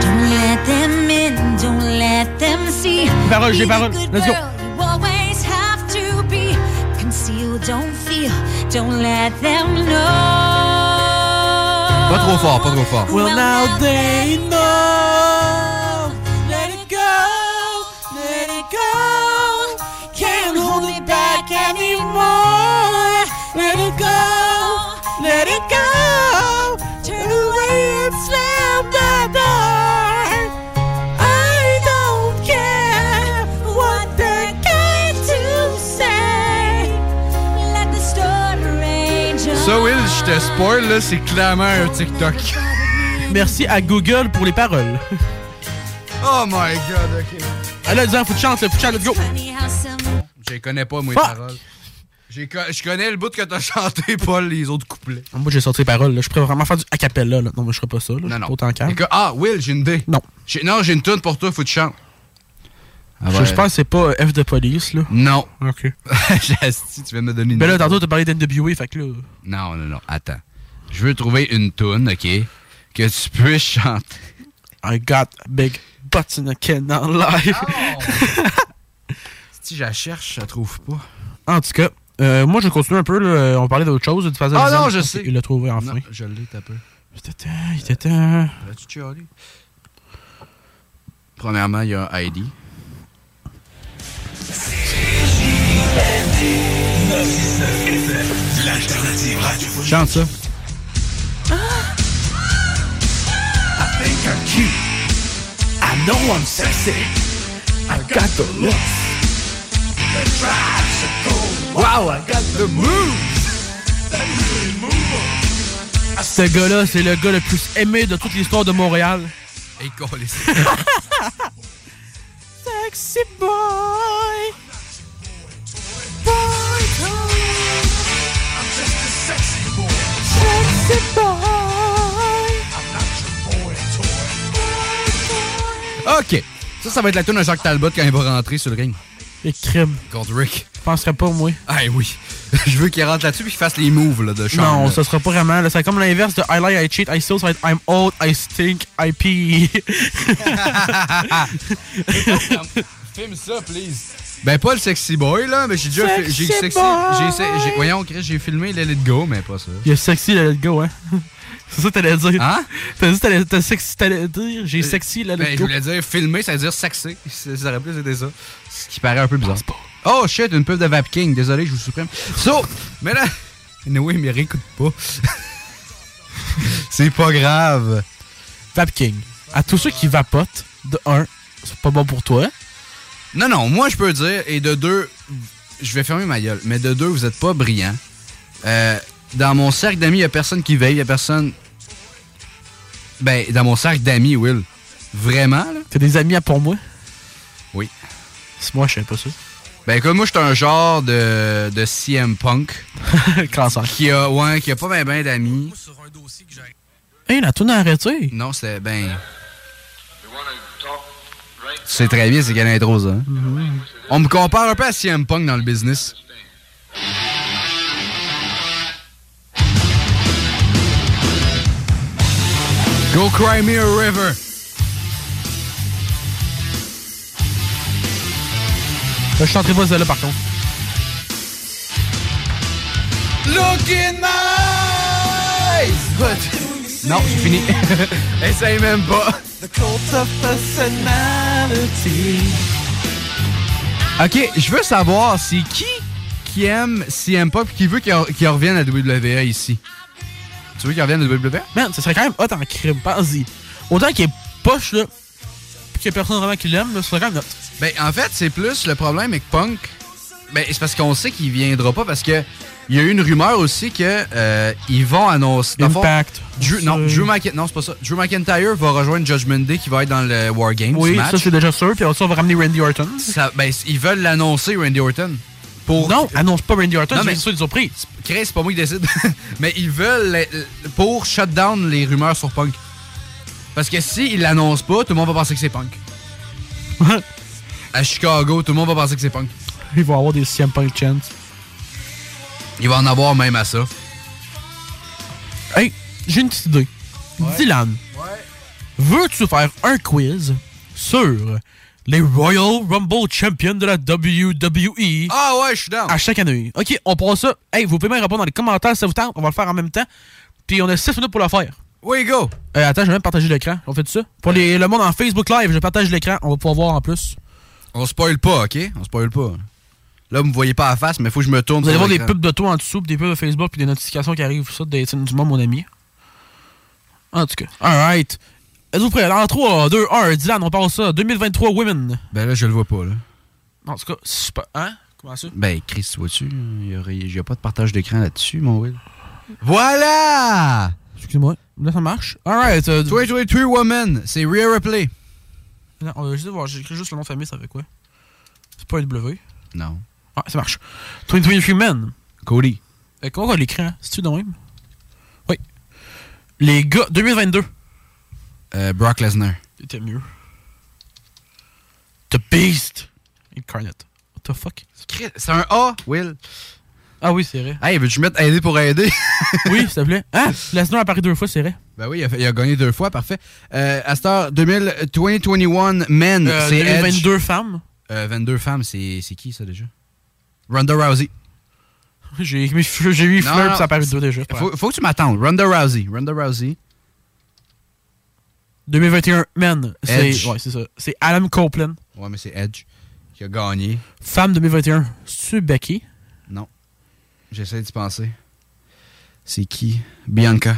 Speaker 10: Don't let them in, don't let them see.
Speaker 3: Paroles, j'ai
Speaker 10: Be the
Speaker 3: paroles.
Speaker 10: good
Speaker 3: Let's go.
Speaker 10: girl You always have to be concealed, don't feel, don't let them know.
Speaker 4: Pas trop fort, pas trop fort.
Speaker 10: Well, now
Speaker 3: they know. Let it go,
Speaker 10: let it go. Can't hold it back anymore. Let it go, let it go. Turn away and slam the door. I don't care what they're going to say. Let the storm rage on.
Speaker 4: Ça, Will, je te spoil, là, c'est clairement un TikTok.
Speaker 3: Merci à Google pour les paroles.
Speaker 4: Oh my god, ok.
Speaker 3: Ah là, disant, faut que tu chantes, là, faut que tu chantes, let's go.
Speaker 4: Je les connais pas, moi,
Speaker 3: Fuck.
Speaker 4: les paroles. J'ai co- Je connais le bout que t'as chanté, pas les autres couplets.
Speaker 3: Moi, j'ai sorti les paroles, là. Je pourrais vraiment faire du acapella, là. Non, mais je ferais pas ça, là. Non, non. Autant calme.
Speaker 4: Écoute, ah, Will, j'ai une idée.
Speaker 3: Non.
Speaker 4: Non, j'ai une tune pour toi, faut que tu chantes.
Speaker 3: Je-
Speaker 4: Ah ouais.
Speaker 3: Je pense que c'est pas euh, F de police, là.
Speaker 4: Non.
Speaker 3: OK.
Speaker 4: J'ai- si tu viens de me donner une
Speaker 3: Ben là,
Speaker 4: idée.
Speaker 3: tantôt, t'as parlé d'NWA, fait que là.
Speaker 4: Non, non, non, attends. Je veux trouver une tune, OK, que tu puisses chanter.
Speaker 3: I got big butts in a can on live.
Speaker 4: si je la cherche, je la trouve pas.
Speaker 3: En tout cas, euh, moi, je continue un peu, là. On parlait d'autre chose. de façon
Speaker 4: Ah
Speaker 3: bizarre,
Speaker 4: non,
Speaker 3: je
Speaker 4: je
Speaker 3: pense
Speaker 4: sais.
Speaker 3: qu'il l'a trouvé enfin.
Speaker 4: Non, je l'ai, t'as peu.
Speaker 3: Ah, Il était temps.
Speaker 4: Vas-tu chialer? Premièrement, il y a Heidi.
Speaker 6: L'alternative radio.
Speaker 4: Chante ça.
Speaker 3: Ah!
Speaker 6: I think I'm cute. I know I'm sexy.
Speaker 11: I got the looks. The drive to go. Wow, I got the moves. That really move 'em.
Speaker 3: Ce gars-là, c'est le gars le plus aimé de toute l'histoire de Montréal.
Speaker 4: Hey, câlisse.
Speaker 10: Sexy boy. Boy toy. I'm just a sexy boy. Sexy boy. I'm not your boy toy.
Speaker 4: OK. Ça, ça va être la tune à Jacques Talbot quand il va rentrer sur le ring.
Speaker 3: Et crime.
Speaker 4: Contre Rick.
Speaker 3: Je penserais pas, moi.
Speaker 4: Ah oui. Je veux qu'il rentre là-dessus et qu'il fasse les moves là, de Sean.
Speaker 3: non,
Speaker 4: là.
Speaker 3: ça sera pas vraiment. là. C'est comme l'inverse de I lie, I cheat, I steal. Ça va être I'm old, I stink, I pee.
Speaker 4: Filme ça, please. Ben, pas le sexy boy, là, mais j'ai déjà fait. J'ai
Speaker 3: Sexy
Speaker 4: sexy.
Speaker 3: boy.
Speaker 4: j'ai se- j'ai- voyons, Chris, j'ai filmé Let It Go, mais pas ça.
Speaker 3: Il y a sexy, le let go, hein. C'est ça que t'allais dire. Hein? T'as dit que t'allais t'as sexy, t'allais dire j'ai sexy, le
Speaker 4: Ben,
Speaker 3: let
Speaker 4: je
Speaker 3: go.
Speaker 4: voulais dire filmer, ça veut dire sexer. Ça ça aurait plus été ça. Ce qui paraît un peu bizarre. Oh shit, une pub de Vapking. Désolé, je vous supprime. So, mais là. Noé, mais réécoute pas. C'est pas grave.
Speaker 3: Vapking. À tous ceux qui vapotent, de un, c'est pas bon pour toi.
Speaker 4: Non, non, moi je peux dire, et de deux, je vais fermer ma gueule, mais de deux, vous êtes pas brillants. Euh, dans mon cercle d'amis, il y a personne qui veille, il y a personne. Ben, dans mon cercle d'amis, Will. Vraiment, là?
Speaker 3: T'as des amis à pour moi?
Speaker 4: Oui.
Speaker 3: C'est moi, je sais pas ça.
Speaker 4: Ben, comme moi, je suis un genre de, de CM Punk.
Speaker 3: Cancer.
Speaker 4: Qui a, ouais, qui a pas ben, ben d'amis.
Speaker 3: Hey, la tourne a arrêté.
Speaker 4: Non, c'était ben. C'est très bien, c'est qu'elle intro, ça. hein? On me compare un peu à CM Punk dans le business. Go cry me a river.
Speaker 3: Là, je chanterai pas celle-là, par contre.
Speaker 4: Look in my eyes. Non, j'ai fini. Essaye même pas.
Speaker 10: The cult of personality.
Speaker 4: Ok, je veux savoir, c'est qui qui aime CM Punk et qui veut qu'il qu'il revienne à WWE ici? Tu veux qu'il revienne à E? WWE?
Speaker 3: Man, ça serait quand même hot en crime, pense-y. Autant qu'il est poche, là, pis qu'il y a personne vraiment qui l'aime, là, ça serait quand même hot.
Speaker 4: Ben, en fait, c'est plus le problème avec Punk. Ben, c'est parce qu'on sait qu'il viendra pas parce que il y a eu une rumeur aussi que euh, ils vont annoncer. dans le fond,
Speaker 3: Impact.
Speaker 4: Drew- non,
Speaker 3: Ça-
Speaker 4: Drew McIntyre. Non, c'est pas ça. Drew McIntyre va rejoindre Judgment Day qui va être dans le War Games
Speaker 3: Oui,
Speaker 4: match.
Speaker 3: ça, c'est déjà sûr, puis ensuite, on va ramener Randy Orton.
Speaker 4: Ça- ben, ils veulent l'annoncer, Randy Orton. Pour...
Speaker 3: Non, annonce pas Randy Orton,
Speaker 4: Non,
Speaker 3: c'est
Speaker 4: mais-
Speaker 3: juste une surprise.
Speaker 4: Chris, c'est pas moi qui décide. Mais ils veulent le- pour shut down les rumeurs sur Punk. Parce que s'ils l'annoncent pas, tout le monde va penser que c'est Punk. à Chicago, tout le monde va penser que c'est Punk.
Speaker 3: Ils vont avoir des CM Punk chance.
Speaker 4: Il va en avoir même à ça.
Speaker 3: Hey, j'ai une petite idée. Dylan, veux-tu faire un quiz sur les Royal Rumble Champions de la WWE?
Speaker 4: Ah ouais, je suis down.
Speaker 3: À chaque année. Ok, on prend ça. Hey, vous pouvez même répondre dans les commentaires si ça vous tente. On va le faire en même temps. Puis on a 6 minutes pour le faire.
Speaker 4: Oui, go!
Speaker 3: Euh, attends, je vais même partager l'écran. On fait ça? Pour les- le monde en Facebook Live, je partage l'écran. On va pouvoir voir en plus.
Speaker 4: On spoil pas, ok? On spoil pas. Là, vous me voyez pas à face, mais faut que je me tourne.
Speaker 3: Vous allez
Speaker 4: sur
Speaker 3: voir des
Speaker 4: l'écran.
Speaker 3: pubs de toi en dessous, puis des pubs de Facebook, puis des notifications qui arrivent, ça, des du monde, mon ami. En tout cas. Alright. Êtes-vous prêts? En 3, 2, 1, Dylan, on passe ça. 2023 Women.
Speaker 4: Ben là, je le vois pas, là.
Speaker 3: En tout cas, c'est pas- Hein? Comment ça?
Speaker 4: Ben, Chris, vois-tu? Il y aurait- il y a pas de partage d'écran là-dessus, mon Will. Voilà!
Speaker 3: Excuse-moi. Là, ça marche. Alright. Euh,
Speaker 4: 2023 Women, c'est Rhea Ripley.
Speaker 3: non, on va juste voir, J'ai écrit juste le nom de famille, ça fait quoi? C'est pas W.
Speaker 4: Non.
Speaker 3: Ah, ça marche. 2023 Men.
Speaker 4: Cody.
Speaker 3: Euh, comment on voit l'écran? C'est-tu de même? Oui. Les gars, 2022.
Speaker 4: Euh, Brock Lesnar.
Speaker 3: C'était mieux. The Beast. Incarnate. What the fuck?
Speaker 4: Chris, C'est un A, Will.
Speaker 3: Ah oui, c'est vrai.
Speaker 4: Hey, veux-tu mettre aider pour aider?
Speaker 3: oui, s'il te plaît. Ah, Lesnar a apparu deux fois, c'est vrai.
Speaker 4: Ben oui, il a, fait- il a gagné deux fois, parfait. Euh, à cette heure, 2000 2021 Men,
Speaker 3: Euh,
Speaker 4: c'est Edge.
Speaker 3: 2022 femmes.
Speaker 4: Euh, 22 femmes, c'est c'est qui ça déjà? Ronda Rousey.
Speaker 3: J'ai mis Fleur, j'ai eu
Speaker 4: Non,
Speaker 3: Fleur,
Speaker 4: non,
Speaker 3: puis ça a apparu deux déjà.
Speaker 4: Faut, faut que tu m'attendes. Ronda Rousey. Ronda Rousey.
Speaker 3: 2021 Men. C'est
Speaker 4: Edge.
Speaker 3: ouais, c'est ça. C'est Adam Copeland.
Speaker 4: Ouais, mais c'est Edge qui a gagné.
Speaker 3: Femme 2021. C'est Becky.
Speaker 4: Non. J'essaie d'y penser. C'est qui? Bianca.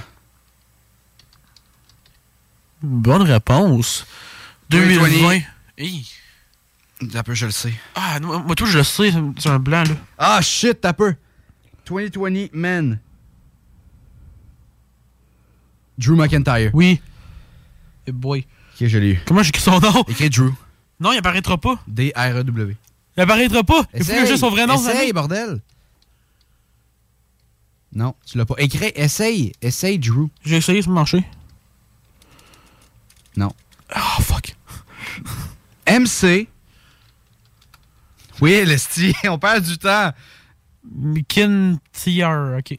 Speaker 3: Bonne réponse. 2020.
Speaker 4: 2020.
Speaker 3: Hey.
Speaker 4: T'as peu, je le sais.
Speaker 3: Ah, non, moi, tout, je le sais, c'est un blanc, là.
Speaker 4: Ah, shit, t'as peu. 2020 Men. Drew McIntyre.
Speaker 3: Oui. Et boy.
Speaker 4: Ok, je l'ai eu.
Speaker 3: Comment j'écris son nom?
Speaker 4: Écris Drew.
Speaker 3: Non, il apparaîtra pas.
Speaker 4: D-R-E-W.
Speaker 3: Il apparaîtra pas. Il faut
Speaker 4: Essaye.
Speaker 3: juste son vrai nom.
Speaker 4: Essaye,
Speaker 3: Zane.
Speaker 4: bordel. Non, tu l'as pas. Écris, essaye, essaye, Drew.
Speaker 3: J'ai essayé, ça marché.
Speaker 4: Non.
Speaker 3: Ah, fuck.
Speaker 4: MC. Oui, Lesti, on perd du temps.
Speaker 3: Mikin TR, ok.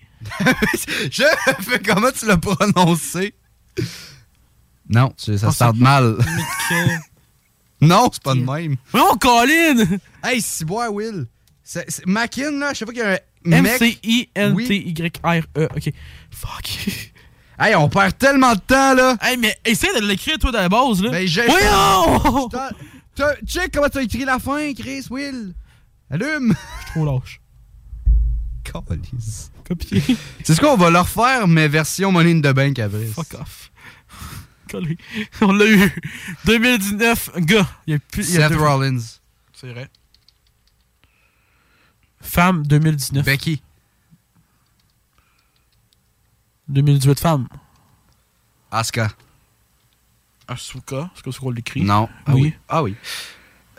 Speaker 4: je fais comment tu l'as prononcé? Non, tu- ça se tente mal.
Speaker 3: Mikin.
Speaker 4: non, c'est pas de même.
Speaker 3: Non, Colin!
Speaker 4: Hey, si bois, Will. C'est- c'est- Mackin, là, je sais pas qu'il y a un mec- Oui.
Speaker 3: M-C-I-N-T-Y-R-E. E, Ok. Fuck.
Speaker 4: Hey, on perd tellement de temps, là.
Speaker 3: Hey, mais essaie de l'écrire, toi, de la base, là.
Speaker 4: Ben, j'ai.
Speaker 3: Voyons!
Speaker 4: Putain, t'as- Check comment t'as écrit la fin, Chris, Will. Allume.
Speaker 3: Je suis trop lâche.
Speaker 4: Calisse.
Speaker 3: Copier.
Speaker 4: C'est ce qu'on va leur faire, mais version Money in the Bank après.
Speaker 3: Fuck off. Collé. On l'a eu. 2019, gars. Il y a plus. il y a
Speaker 4: Seth
Speaker 3: deux-
Speaker 4: Rollins.
Speaker 3: C'est vrai. Femme 2019.
Speaker 4: Becky.
Speaker 3: 2018, femme.
Speaker 4: Asuka.
Speaker 3: Asuka. Est-ce que c'est qu'on l'écrit
Speaker 4: Non. Ah oui.
Speaker 3: Oui.
Speaker 4: Ah oui.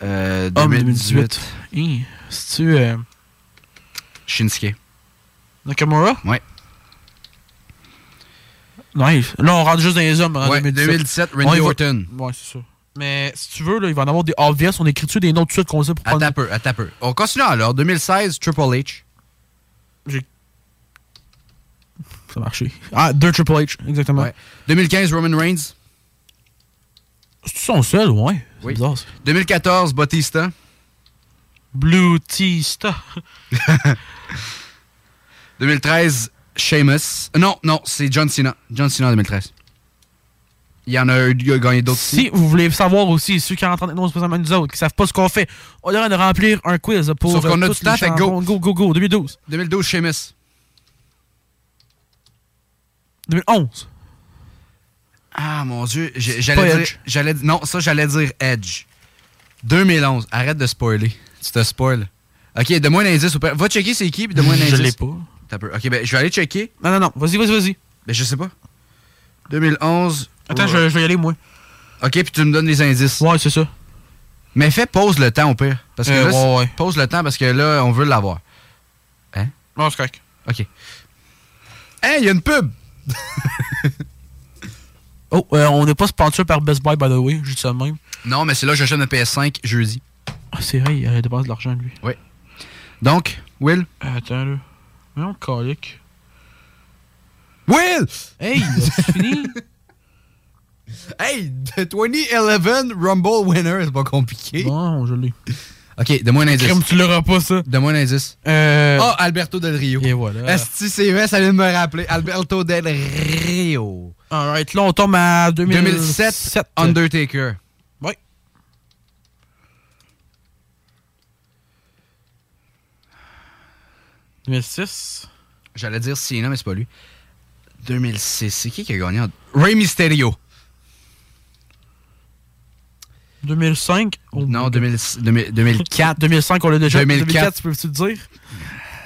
Speaker 4: Euh,
Speaker 3: Homme
Speaker 4: 2018.
Speaker 3: Hein. C'est-tu. euh,
Speaker 4: Shinsuke.
Speaker 3: Nakamura
Speaker 4: Ouais.
Speaker 3: Non, il- là, on rentre juste dans les hommes. hein, en
Speaker 4: Ouais, 2017, Randy
Speaker 3: On y va-
Speaker 4: Orton.
Speaker 3: Ouais, c'est ça. Mais si tu veux, là, il va en avoir des obvious. On écrit dessus des noms tout de suite qu'on sait pour
Speaker 4: Attends
Speaker 3: prendre.
Speaker 4: un peu, attends un peu. On continue alors. 2016, Triple H.
Speaker 3: Ça a marché. Ah, deux Triple H, exactement.
Speaker 4: Ouais. 2015, Roman Reigns.
Speaker 3: C'est-tu son seul, ouais? C'est
Speaker 4: Oui.
Speaker 3: bizarre, ça.
Speaker 4: 2014, Batista.
Speaker 3: Blue Tista.
Speaker 4: 2013, Sheamus. Euh, Non, non, c'est John Cena. John Cena en 2013. Il y en a, eu- il a gagné d'autres.
Speaker 3: Si vous voulez savoir aussi, ceux qui rentrent en nous présentement nous autres, qui savent pas ce qu'on fait, on devrait de remplir un quiz pour.
Speaker 4: Sauf qu'on a
Speaker 3: euh,
Speaker 4: du
Speaker 3: tous
Speaker 4: temps,
Speaker 3: les
Speaker 4: fait que go.
Speaker 3: champions. Go, go, go, 2012.
Speaker 4: 2012, Sheamus.
Speaker 3: 2011.
Speaker 4: Ah mon dieu, j'ai-
Speaker 3: pas
Speaker 4: j'allais
Speaker 3: Edge.
Speaker 4: dire, j'allais non ça j'allais dire Edge. 2011, arrête de spoiler, tu te spoil. Ok, donne-moi un indice, ou pas. va checker c'est qui puis donne-moi un indice.
Speaker 3: Je l'ai pas.
Speaker 4: T'as peur. Ok, ben je vais aller checker.
Speaker 3: Non, non, non. Vas-y, vas-y, vas-y.
Speaker 4: Ben je sais pas. 2011.
Speaker 3: Attends, je, je vais y aller, moi.
Speaker 4: Ok, puis tu me donnes les indices.
Speaker 3: Ouais, c'est ça.
Speaker 4: Mais fais pause le temps au pire, parce que
Speaker 3: Euh,
Speaker 4: là,
Speaker 3: ouais,
Speaker 4: c'est-
Speaker 3: ouais.
Speaker 4: pause le temps parce que là on veut l'avoir. Hein
Speaker 3: Non, c'est correct.
Speaker 4: Ok. Hey, il y a une pub.
Speaker 3: Oh, euh, on n'est pas sponsor par Best Buy, by the way. Juste ça de même.
Speaker 4: Non, mais c'est là que j'achète un PS5 jeudi.
Speaker 3: Ah, c'est vrai, il euh, dépense de l'argent, lui.
Speaker 4: Oui. Donc, Will.
Speaker 3: Attends, là. Mais on calique.
Speaker 4: Will.
Speaker 3: Hey, c'est fini.
Speaker 4: Hey, the 2011 Rumble winner, c'est pas compliqué.
Speaker 3: Bon, je l'ai.
Speaker 4: Ok, donne-moi un indice.
Speaker 3: Crème, tu l'auras pas, ça.
Speaker 4: Donne-moi un indice.
Speaker 3: Euh.
Speaker 4: Ah, Alberto Del Rio.
Speaker 3: Et voilà.
Speaker 4: Esti, c'est vrai, ça vient de me rappeler. Alberto Del Rio.
Speaker 3: Alright, là, on tombe à
Speaker 4: 2007,
Speaker 3: 2007.
Speaker 4: Undertaker.
Speaker 3: Ouais.
Speaker 4: J'allais dire Cena, mais c'est pas lui. 2006, c'est qui qui a gagné en... Ray Mysterio.
Speaker 3: 2005. Oh,
Speaker 4: Non,
Speaker 3: my
Speaker 4: 2000 2000 2004.
Speaker 3: 2005, on l'a déjà.
Speaker 4: 2004.
Speaker 3: 2004, tu peux-tu le dire?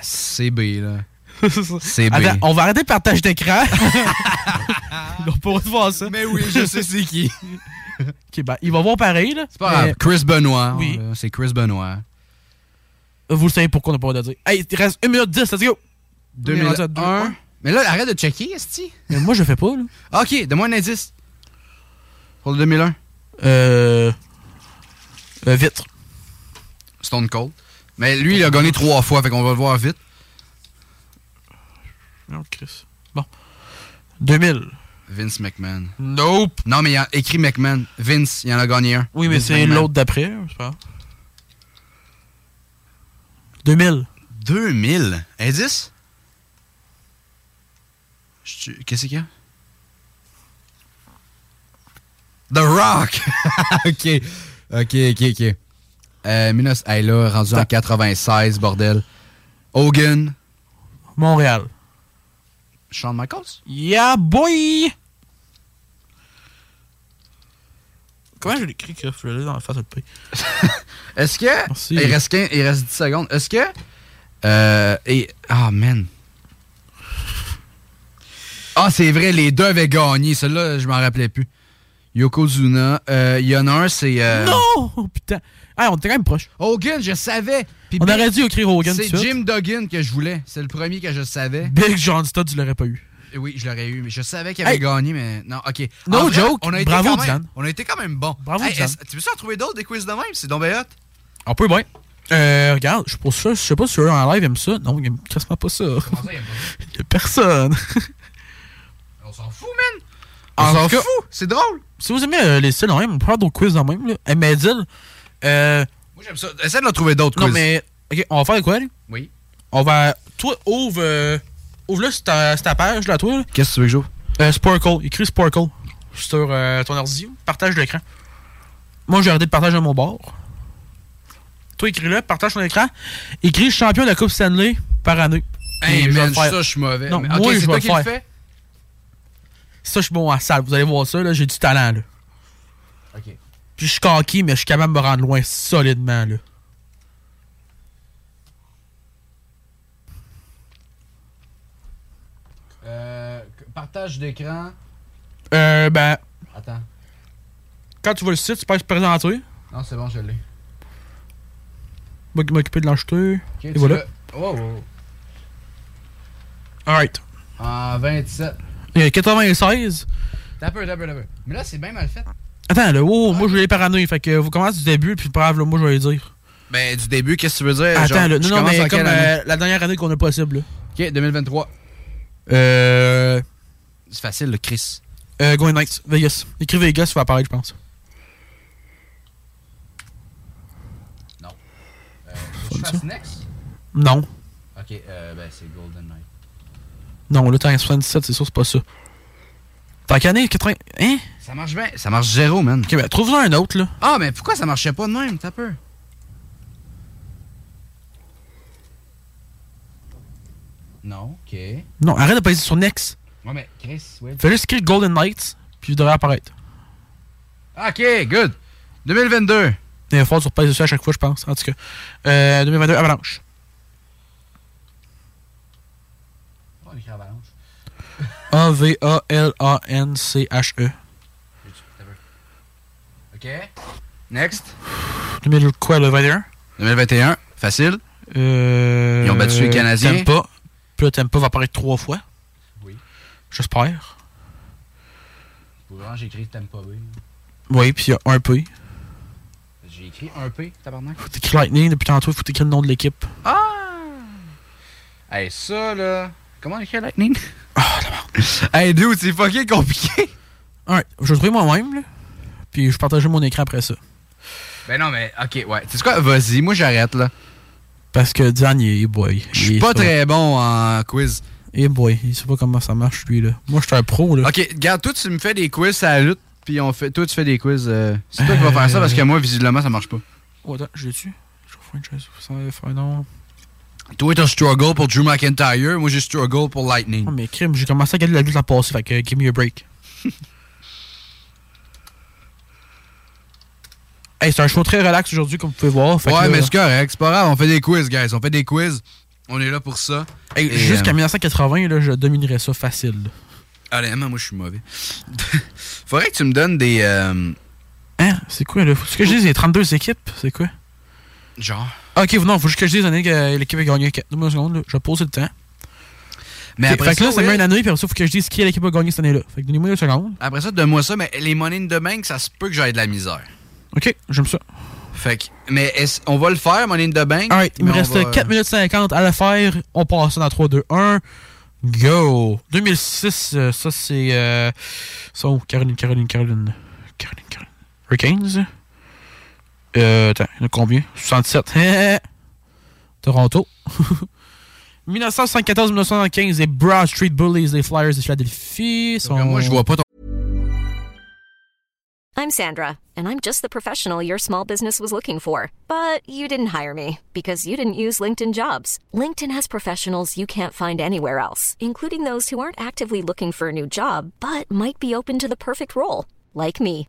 Speaker 4: CB, là.
Speaker 3: C'est
Speaker 4: CB.
Speaker 3: Attends, on va arrêter le partage d'écran. on pourra te voir ça.
Speaker 4: Mais oui, je sais c'est qui.
Speaker 3: Ok, ben, il va voir pareil, là.
Speaker 4: C'est pas grave.
Speaker 3: Mais
Speaker 4: Chris Benoit.
Speaker 3: Oui.
Speaker 4: là, C'est Chris Benoit.
Speaker 3: Vous le savez pourquoi on n'a pas le droit de le dire. Hey, il reste 1 minute 10, let's go! On est rendu à deux
Speaker 4: 2001.
Speaker 3: points.
Speaker 4: Mais là, arrête de checker, Esti.
Speaker 3: Mais moi, je fais pas, là.
Speaker 4: Ok, donne-moi un indice. Pour le 2001.
Speaker 3: Euh. euh, vitre.
Speaker 4: Stone Cold. Mais lui, il a gagné trois fois, fait qu'on va le voir vite. Oh,
Speaker 3: Non, Chris. Bon. 2000.
Speaker 4: Vince McMahon.
Speaker 3: Nope.
Speaker 4: Non, mais il a écrit McMahon. Vince, il en a gagné un.
Speaker 3: Oui, mais
Speaker 4: Vince
Speaker 3: c'est
Speaker 4: McMahon.
Speaker 3: l'autre d'après, je pas. grave. 2000.
Speaker 4: 2000. Indice? Je- Qu'est-ce qu'il y a? The Rock! ok. Ok, ok, ok. Euh, Minos, hey, là, rendu en 96, bordel. Hogan.
Speaker 3: Montréal.
Speaker 4: Shawn Michaels?
Speaker 3: Yeah, boy! Comment je l'écris, Chris? Je l'ai dans la face de le pays.
Speaker 4: Est-ce que. Il reste, 15 il reste 10 secondes. Est-ce que. Euh, et. Ah, man. Ah, c'est vrai, les deux avaient gagné. Celle-là, je m'en rappelais plus. Yokozuna. euh, Il y en a un, c'est. euh,
Speaker 3: Non! Oh, putain. Ah, on était quand même proche.
Speaker 4: Hogan, je savais. Puis
Speaker 3: on
Speaker 4: Big-
Speaker 3: aurait dû écrire Hogan. tout
Speaker 4: C'est
Speaker 3: de suite.
Speaker 4: Jim Duggan que je voulais. C'est le premier que je savais.
Speaker 3: Big John Stott, tu l'aurais pas eu.
Speaker 4: Eh Oui, je l'aurais eu, mais je savais qu'il avait
Speaker 3: Hey.
Speaker 4: gagné, mais non, ok.
Speaker 3: No
Speaker 4: En vrai,
Speaker 3: joke.
Speaker 4: on a été
Speaker 3: Bravo,
Speaker 4: quand même-
Speaker 3: Diane.
Speaker 4: On a été quand même bon.
Speaker 3: Bravo,
Speaker 4: Hey,
Speaker 3: Diane.
Speaker 4: est-ce- Tu veux ça en trouver d'autres des quiz de même? C'est donc bien hot.
Speaker 3: On peut, ouais. Euh, regarde, je suis pas sûr- je sais pas si eux en live aiment ça. Non, ils aiment quasiment pas ça. Il y a personne.
Speaker 4: On s'en fout, man.
Speaker 3: En
Speaker 4: On s'en
Speaker 3: tout cas-
Speaker 4: fout. C'est drôle.
Speaker 3: Si vous aimez euh, les styles en même, on peut faire d'autres quiz en même. Là. Eh, Mais dis-le, euh,
Speaker 4: Moi, j'aime ça. Essaie de en trouver d'autres
Speaker 3: non,
Speaker 4: quiz.
Speaker 3: mais. Ok, on va faire quoi, là?
Speaker 4: Oui.
Speaker 3: On va. Toi, ouvre. euh, ouvre là, c'est ta, c'est ta page, là, toi. là.
Speaker 4: Qu'est-ce que tu veux que j'ouvre?
Speaker 3: Euh, Sparkle. Écris Sparkle sur euh, ton ordi. Partage l'écran. Moi, j'ai arrêté de partager à mon bord. Toi, écris-le, partage ton écran. Écris champion de la Coupe Stanley par année. Et
Speaker 4: Hey,
Speaker 3: je vais
Speaker 4: man,
Speaker 3: le faire.
Speaker 4: ça, je suis mauvais.
Speaker 3: Non,
Speaker 4: mais-
Speaker 3: moi,
Speaker 4: ok,
Speaker 3: je
Speaker 4: c'est
Speaker 3: vais
Speaker 4: toi
Speaker 3: le
Speaker 4: qui le
Speaker 3: faire.
Speaker 4: fais?
Speaker 3: Ça, je suis bon à la salle. Vous allez voir ça, là, j'ai du talent, là.
Speaker 4: Ok.
Speaker 3: Puis je suis conquis, mais je suis capable de me rendre loin solidement, là.
Speaker 4: Euh, partage d'écran.
Speaker 3: Euh, ben,
Speaker 4: Attends.
Speaker 3: quand tu vois le site, tu peux te présenter.
Speaker 4: Non, c'est bon, je l'ai.
Speaker 3: Moi qui m'occuper de l'acheter.
Speaker 4: Ok,
Speaker 3: Et
Speaker 4: tu
Speaker 3: voilà.
Speaker 4: veux- Oh, oh,
Speaker 3: Alright.
Speaker 4: oh. En 27.
Speaker 3: Il y a 96.
Speaker 4: T'as peu, t'as peu, t'as peu. Mais là, c'est bien mal fait.
Speaker 3: Attends, là, wow, moi je vais les par année. Fait que vous commencez du début, puis brave, là, moi je vais les dire.
Speaker 4: Ben, du début, qu'est-ce que tu veux dire?
Speaker 3: Attends,
Speaker 4: Euh, Genre,
Speaker 3: là, non,
Speaker 4: je
Speaker 3: non,
Speaker 4: commence en
Speaker 3: mais comme
Speaker 4: quelle année?
Speaker 3: euh, la dernière année qu'on a possible, là.
Speaker 4: Ok, 2023.
Speaker 3: Euh.
Speaker 4: C'est facile, le Chris.
Speaker 3: euh Going Nights, Vegas. Écris Vegas, ça va apparaître, je pense.
Speaker 4: Je fasse next?
Speaker 3: Non.
Speaker 4: Ok, euh, ben, c'est Golden Knight.
Speaker 3: Non, là, t'es en 77, c'est sûr, c'est pas ça. T'as qu'année 80. Hein?
Speaker 4: Ça marche bien. Ça marche zéro, man.
Speaker 3: Ok, ben, trouve-en un autre, là.
Speaker 4: Ah, mais pourquoi ça marchait pas de même? T'as peur? Non, ok. Ouais,
Speaker 3: Non, arrête de passer sur Next.
Speaker 4: mais Chris, ouais.
Speaker 3: Fais juste écrire Golden Knights, puis il devrait apparaître.
Speaker 4: Ok, good. 2022.
Speaker 3: Il va falloir que tu repasses dessus à chaque fois, je pense. En tout cas, euh, 2022, Avalanche.
Speaker 4: Oh, l'écran avalanche.
Speaker 3: A-V-A-L-A-N-C-H-E.
Speaker 4: Ok. Next.
Speaker 3: 2000 quoi, le 21?
Speaker 4: 2021. Facile.
Speaker 3: Euh,
Speaker 4: Ils ont battu les Canadiens.
Speaker 3: T'aimes pas. Puis là, t'aimes pas va apparaître trois fois.
Speaker 4: Oui.
Speaker 3: J'espère.
Speaker 4: Pour vraiment, j'ai écrit Tampa Bay.
Speaker 3: Oui, puis il y a un P.
Speaker 4: J'ai écrit un P, tabarnak.
Speaker 3: Faut t'écrire Lightning depuis tantôt, faut t'écrire le nom de l'équipe.
Speaker 4: Ah! Hey, ça, là. Comment on écrit Lightning?
Speaker 3: Ah,
Speaker 4: Oh, la merde. Hey, dude, c'est fucking compliqué.
Speaker 3: Alright, je vais trouver moi-même, là. Puis je partagerai mon écran après ça.
Speaker 4: Ben non, mais ok, ouais. Tu sais quoi? Vas-y, moi j'arrête, là.
Speaker 3: Parce que Dan, il est boy.
Speaker 4: Je suis pas très bon en quiz.
Speaker 3: Et boy, il sait pas comment ça marche, lui, là. Moi, je suis un pro, là.
Speaker 4: Ok, regarde, toi, tu me fais des quiz à la lutte, puis on fait, toi, tu fais des quiz. euh, C'est toi qui vas faire ça parce que moi, visiblement, ça marche pas.
Speaker 3: Oh, attends, je l'ai tué. Je vais faire une chose. Ça va faire un nom.
Speaker 4: Toi, t'as struggle pour Drew McIntyre, moi, j'ai struggle pour Lightning.
Speaker 3: Oh, mais crime, j'ai commencé à regarder la lutte la passée, fait que euh, give me a break. hey, c'est un show très relax aujourd'hui, comme vous pouvez voir. fait que
Speaker 4: ouais,
Speaker 3: là,
Speaker 4: mais c'est correct, c'est pas grave, on fait des quiz, guys, on fait des quiz. On est là pour ça.
Speaker 3: hey,
Speaker 4: Et,
Speaker 3: Jusqu'à
Speaker 4: euh,
Speaker 3: 1980, là, je dominerais ça facile. là.
Speaker 4: Honnêtement, moi, je suis mauvais. Faudrait que tu me donnes des. euh,
Speaker 3: Hein? C'est quoi, là? Faut que je dise les 32 équipes? C'est quoi?
Speaker 4: genre.
Speaker 3: Ah, Ok, non, faut juste que je dise l'année que euh, l'équipe a gagné. Ok, Donne-moi une seconde, là, je vais poser le temps.
Speaker 4: Mais
Speaker 3: Ok,
Speaker 4: après
Speaker 3: fait que
Speaker 4: ça,
Speaker 3: là, ça
Speaker 4: Will-
Speaker 3: met une année, puis après ça, faut que je dise qui est l'équipe a gagné cette année-là. Fait que donnez-moi une seconde.
Speaker 4: Après ça, donne-moi ça, mais les monnaies de bank, ça se peut que j'aille de la misère.
Speaker 3: Ok, j'aime ça.
Speaker 4: Fait que, mais est-ce- on va le faire, money in the bank.
Speaker 3: Alright, il me
Speaker 4: mais on
Speaker 3: reste
Speaker 4: va-
Speaker 3: 4 minutes 50 à le faire. On passe dans 3, 2, 1. Go! 2006, euh, ça c'est. Euh, ça, oh, Caroline, Caroline, Caroline. Caroline, Caroline. Hurricanes? Euh, attends, il y en a combien? 67. Hé, hé. Toronto. 1974-1975, les Broad Street Bullies, les Flyers de Philadelphie. Sont...
Speaker 4: Eh Moi, je vois pas ton.
Speaker 12: I'm Sandra, and I'm just the professional your small business was looking for. But you didn't hire me because you didn't use LinkedIn jobs. LinkedIn has professionals you can't find anywhere else, including those who aren't actively looking for a new job but might be open to the perfect role, like me.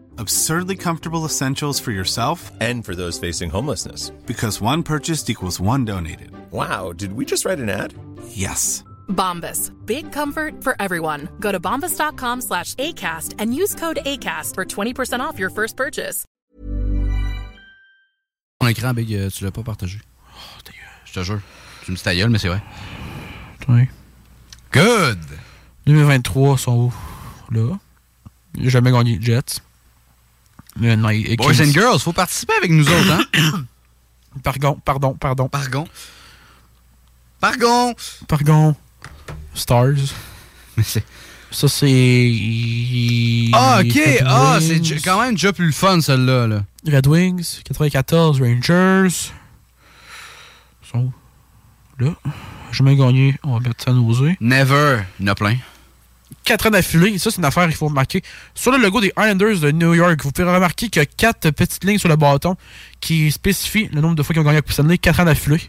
Speaker 13: Absurdly comfortable essentials for yourself
Speaker 14: and for those facing homelessness.
Speaker 13: Because one purchased equals one donated.
Speaker 14: Wow, did we just write an ad?
Speaker 13: Yes.
Speaker 15: Bombas. Big comfort for everyone. Go to bombas.com slash ACAST and use code ACAST for 20% off your first purchase.
Speaker 4: Mon écran, Big, euh, tu l'as pas partagé. Oh, Je te jure. Tu me dis ta gueule, mais c'est vrai.
Speaker 3: Oui.
Speaker 4: Good!
Speaker 3: 2023 sont où? Là. J'ai jamais gagné de Jets. Le Ni-
Speaker 4: Boys
Speaker 3: Kings.
Speaker 4: and girls, faut participer avec nous autres, hein?
Speaker 3: Pardon, pardon, pardon.
Speaker 4: Pardon. Pardon.
Speaker 3: Pardon. Stars.
Speaker 4: c'est-
Speaker 3: Ça, c'est.
Speaker 4: Ah, ok!
Speaker 3: Red
Speaker 4: Ah, c'est
Speaker 3: Wings.
Speaker 4: déjà- quand même déjà plus le fun, celle-là. Là.
Speaker 3: Red Wings, 94, Rangers. Ils sont où? Là. Jamais gagné. On va mettre ça à nos yeux.
Speaker 4: Never. Il y en a plein.
Speaker 3: 4 ans d'affilée. Ça, c'est une affaire qu'il faut remarquer. Sur le logo des Islanders de New York, vous pouvez remarquer qu'il y a 4 petites lignes sur le bâton qui spécifient le nombre de fois qu'ils ont gagné la Coupe Stanley. 4 ans d'affilée.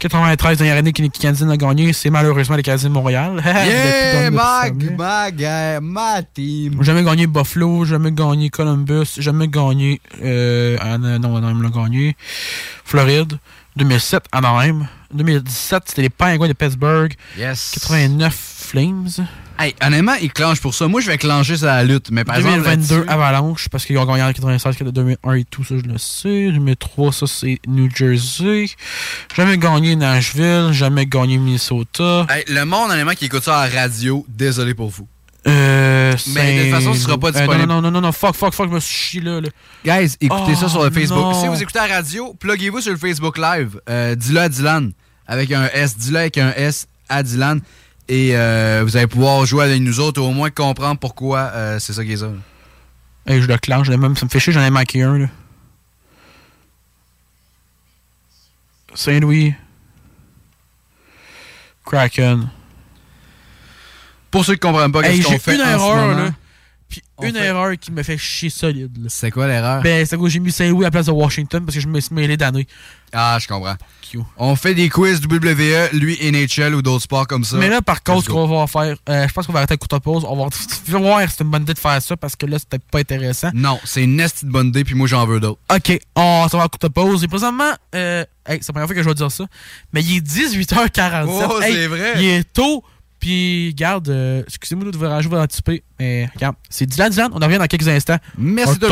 Speaker 3: 93, dernière année que l'équipe canadienne a gagné. C'est malheureusement les Canadiens de Montréal.
Speaker 4: Ah, Yeah!
Speaker 3: Depuis qu'on a
Speaker 4: Ma,
Speaker 3: fait ça.
Speaker 4: ma, ga- ma team.
Speaker 3: Jamais gagné Buffalo, jamais gagné Columbus, jamais gagné. Euh, ah, non, non, Anaheim l'a gagné. Floride, 2007, Anaheim. 2017, c'était les Penguins de Pittsburgh.
Speaker 4: Yes.
Speaker 3: 89, Flames.
Speaker 4: Hey, honnêtement, il clenche pour ça. Moi, je vais clencher sur la lutte, mais par exemple.
Speaker 3: 2022,
Speaker 4: là-dessus-
Speaker 3: Avalanche, parce qu'ils ont gagné en 96, 2001 et tout ça, je le sais. 2003, ça, c'est New Jersey. Jamais gagné Nashville, jamais gagné Minnesota.
Speaker 4: Hey, le monde, honnêtement, qui écoute ça à la radio, désolé pour vous.
Speaker 3: Euh,
Speaker 4: Mais de toute façon, ce
Speaker 3: Saint-
Speaker 4: sera pas
Speaker 3: Euh,
Speaker 4: disponible.
Speaker 3: non, non, non, non, non, fuck, fuck, fuck, je me suis chié là. là.
Speaker 4: Guys, écoutez
Speaker 3: Oh,
Speaker 4: ça sur le Facebook.
Speaker 3: non.
Speaker 4: Si vous écoutez la radio, pluguez-vous sur le Facebook Live. Euh, dis-le à Dylan avec un S. Dis-le avec un S à Dylan. Et euh, vous allez pouvoir jouer avec nous autres, ou au moins comprendre pourquoi euh, c'est ça qui est ça.
Speaker 3: Hey, je le clenche, là, même, ça me fait chier, j'en ai manqué un. là. Saint-Louis. Kraken.
Speaker 4: Pour ceux qui comprennent pas,
Speaker 3: Hey,
Speaker 4: qu'est-ce
Speaker 3: j'ai
Speaker 4: qu'on fait
Speaker 3: une
Speaker 4: en ce
Speaker 3: erreur,
Speaker 4: moment?
Speaker 3: là. Puis
Speaker 4: On
Speaker 3: une
Speaker 4: fait-
Speaker 3: erreur qui me fait chier solide. là.
Speaker 4: C'est quoi l'erreur?
Speaker 3: Ben, c'est quoi, j'ai mis Saint-Louis à la place de Washington parce que je me suis mêlé d'année.
Speaker 4: Ah, je comprends. On fait des quiz WWE, lui NHL ou d'autres sports comme ça.
Speaker 3: Mais là, par contre,
Speaker 4: Let's
Speaker 3: ce
Speaker 4: go.
Speaker 3: qu'on va faire, euh, je pense qu'on va arrêter à courte pause. On va voir si c'est une bonne idée de faire ça parce que là, c'était pas intéressant.
Speaker 4: Non, c'est une esti de bonne idée, puis moi j'en veux d'autres.
Speaker 3: OK, on s'en va à courte pause. Et présentement, euh, hey, c'est la première fois que je vais dire ça, mais il est 18h47.
Speaker 4: Oh,
Speaker 3: Hey,
Speaker 4: c'est vrai.
Speaker 3: Il est tôt. Puis, garde, euh, excusez-moi de vous ranger vous anticiper, mais regarde, c'est Dylan Dylan. On en revient dans quelques instants.
Speaker 4: Merci de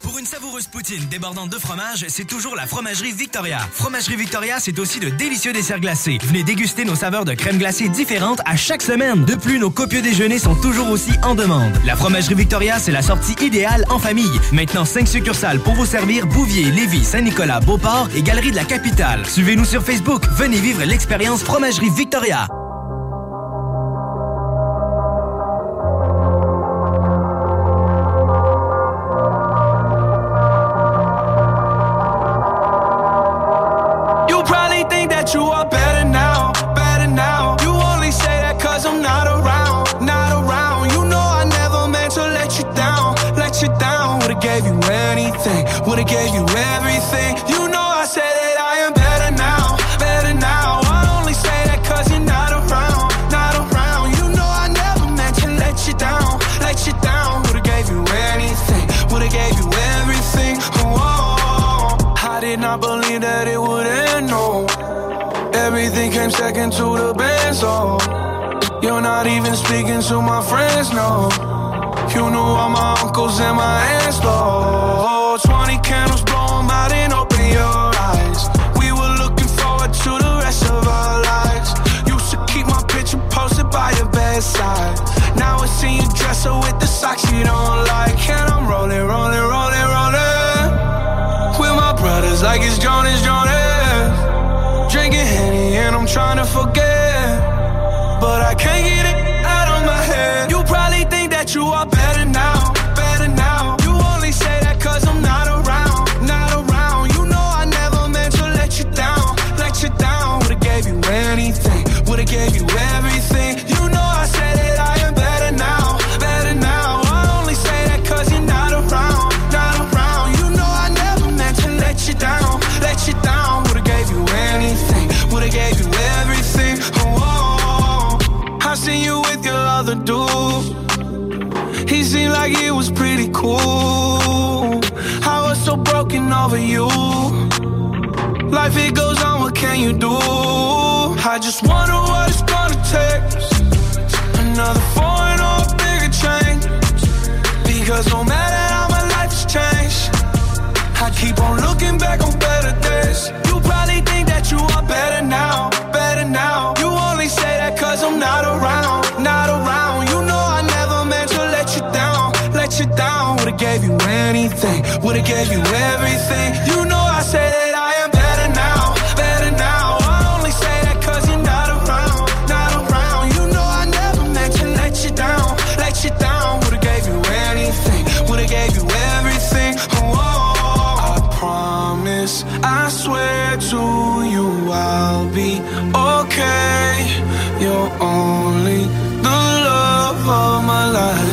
Speaker 16: Pour une savoureuse poutine débordante de fromage, c'est toujours la Fromagerie Victoria. Fromagerie Victoria, c'est aussi de délicieux desserts glacés. Venez déguster nos saveurs de crème glacée différentes à chaque semaine. De plus, nos copieux déjeuners sont toujours aussi en demande. La Fromagerie Victoria, c'est la sortie idéale en famille. Maintenant, 5 succursales pour vous servir Bouvier, Lévis, Saint-Nicolas, Beauport et Galerie de la Capitale. Suivez-nous sur Facebook. Venez vivre l'expérience Fromagerie Victoria.
Speaker 2: You probably think that you are better now, better now. You only say that cause I'm not around, not around. You know I never meant to let you down, let you down. Would've gave you anything, would've gave you everything. You know I said that I am better now, better now. I only say that cause you're not around, not around. You know I never meant to let you down, let you down. Would've gave you anything, would've gave you everything. Oh, I did not believe that it would end, no Everything came second to the best, oh You're not even speaking to my friends, no You knew all my uncles and my aunts, though 20 candles, blow 'em out and open your eyes We were looking forward to the rest of our lives Used to keep my picture posted by your bedside Now I see you dresser with the socks you don't like And I'm rolling, rolling, rolling, rolling with my brothers like it's Jonas Jonas. Drinking Henny and I'm trying to forget. But I can't get it out of my head. You probably think that you are better now, better now. You only say that 'cause Oh, cool. I was so broken over you. Life it goes on, what can you do? I just wonder what it's gonna take. Another foreign or a bigger change. Because no matter how my life has changed, I keep on looking back on better days. You probably think that you are better now, better now. You only say that cause I'm not around, not around. You know I never meant to let you down, let you down. Would've gave you anything, would've gave you everything. You know I say that I am better now, better now. I only say that cause you're not around, not around. You know I never meant to let you down, let you down. Would've gave you anything, would've gave you everything. Oh, oh, oh. I promise, I swear to you I'll be okay. You're only the love of my life.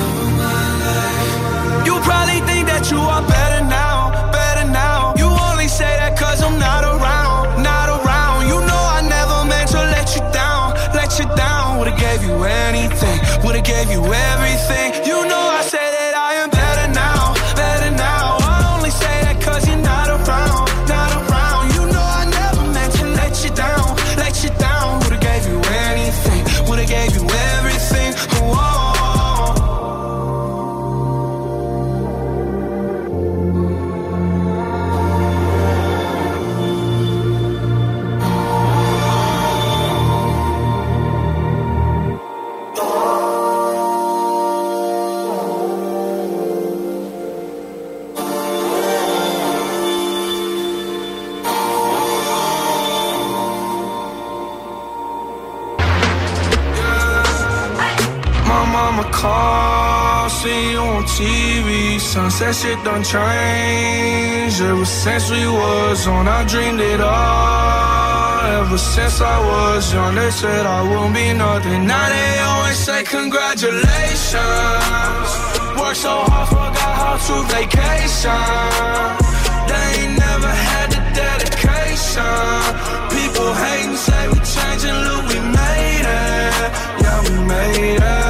Speaker 2: You probably think that you are better now, better now. You only say that cause I'm not around, not around. You know I never meant to let you down, let you down. Would've gave you anything, would've gave you everything. You know I say that I am better now, better now. I only say that cause you're not around, not around. You know I never meant to let you down, let you down. Would've gave you anything, would've gave you everything. Whoa. My mama call, see you on TV. Son said shit done changed. Ever since we was on, I dreamed it all. Ever since I was young, they said I won't be nothing. Now they always say congratulations. Worked so hard, forgot how to vacation. They ain't never had the dedication. People hating, say we changing, look, we made it. Yeah, we made it.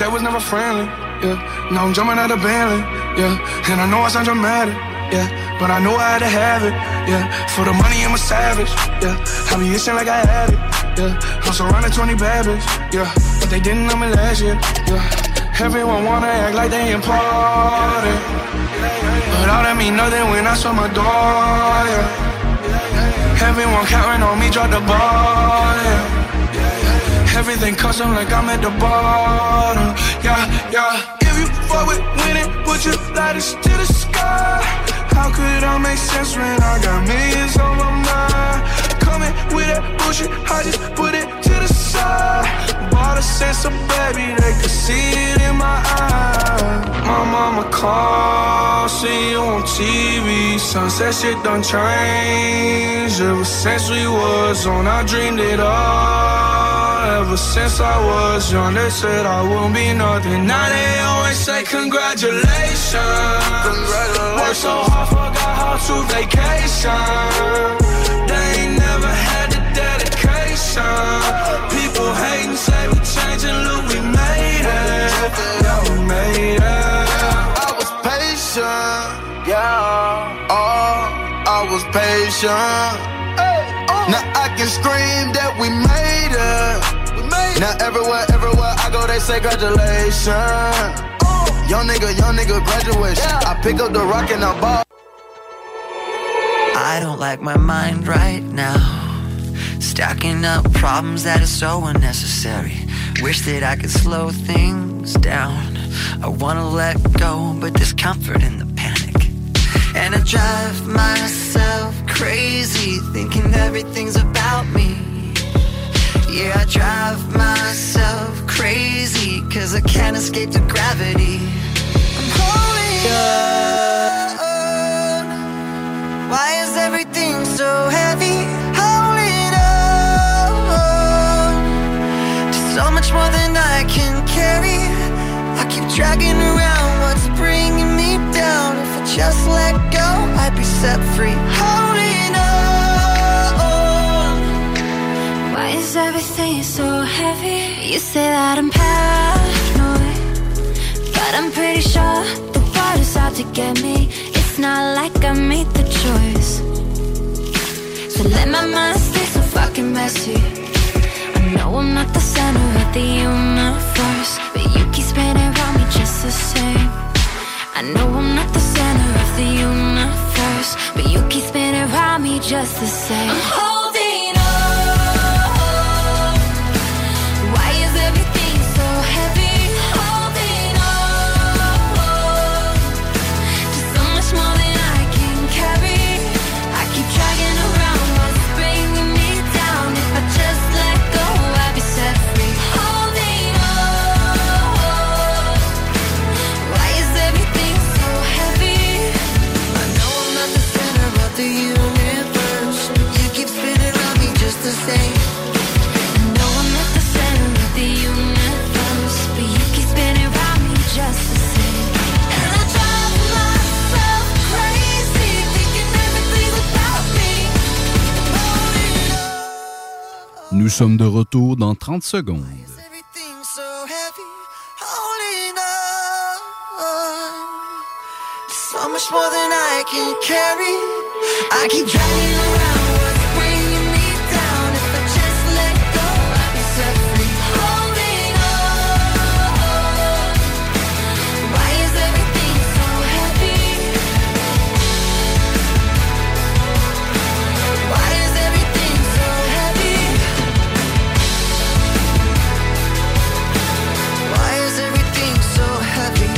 Speaker 2: That was never friendly, yeah. Now I'm jumping out of Bentley, yeah. And I know I sound dramatic, yeah. But I know I had to have it, yeah. For the money, I'm a savage, yeah. I be itching like I had it, yeah. I'm surrounded 20 bad bitches, yeah. But they didn't know me last year, yeah. Everyone wanna act like they important. But all that mean nothing when I saw my door, yeah. Everyone counting on me, drop the ball, yeah. Everything custom like I'm at the bottom, yeah, yeah. If you fuck with winning, would you light us to the sky? How could I make sense when I got millions on my mind? Coming with that bullshit, I just put it to the side. Bought a sense of baby, they could see it in my eyes. My mama called, see you on TV. Sunset shit done changed. Ever since we was on, I dreamed it all. Ever since I was young, they said I won't be nothing. Now they always say congratulations. Worked so hard, forgot how to vacation. They ain't never had the dedication. People hating, say we changing, look, we made it. Yeah, we made
Speaker 17: I
Speaker 2: it.
Speaker 17: was patient, yeah. Oh, I was patient. Now I can scream that we made it. Now everywhere, everywhere I go, they say congratulations. Young nigga, young nigga, graduation. I pick up the rock and I ball.
Speaker 18: I don't like my mind right now. Stacking up problems that are so unnecessary. Wish that I could slow things down. I wanna let go, but there's comfort in the panic. And I drive myself crazy, thinking everything's about me. Yeah, I drive myself crazy, cause I can't escape the gravity. I'm holding on. Why is everything so heavy? Holding on to so much more than I can carry. I keep dragging around what's bringing me down. If I just let go, I'd be set free. Holding on.
Speaker 19: Why is everything so heavy? You say that I'm paranoid, but I'm pretty sure the to get me. It's not like I made the choice. So let my mind stay so fucking messy. I know I'm not the center of the universe, but you keep spinning around me just the same. I know I'm not the center of the universe, but you keep spinning around me just the same. I'm holding on. Why is everything so heavy? Holding on to so much more than I can carry. I keep dragging around what's bringing me down. If I just let go, I'll be set free. Holding on. Why is everything so heavy? I know I'm not the center of the universe. You keep spinning around me just the same. I know I'm not the center of the universe, but you keep spinning around me just the same. And I drive myself crazy, thinking everything's about me.
Speaker 4: Nous sommes de retour dans 30 secondes.
Speaker 11: Everything so heavy, holding on. So much more than I can carry. I keep dragging around what's bringing me down. If I just let go, I'll be set free. Holding on. Why is everything so heavy? Why is everything so heavy? Why is everything so heavy?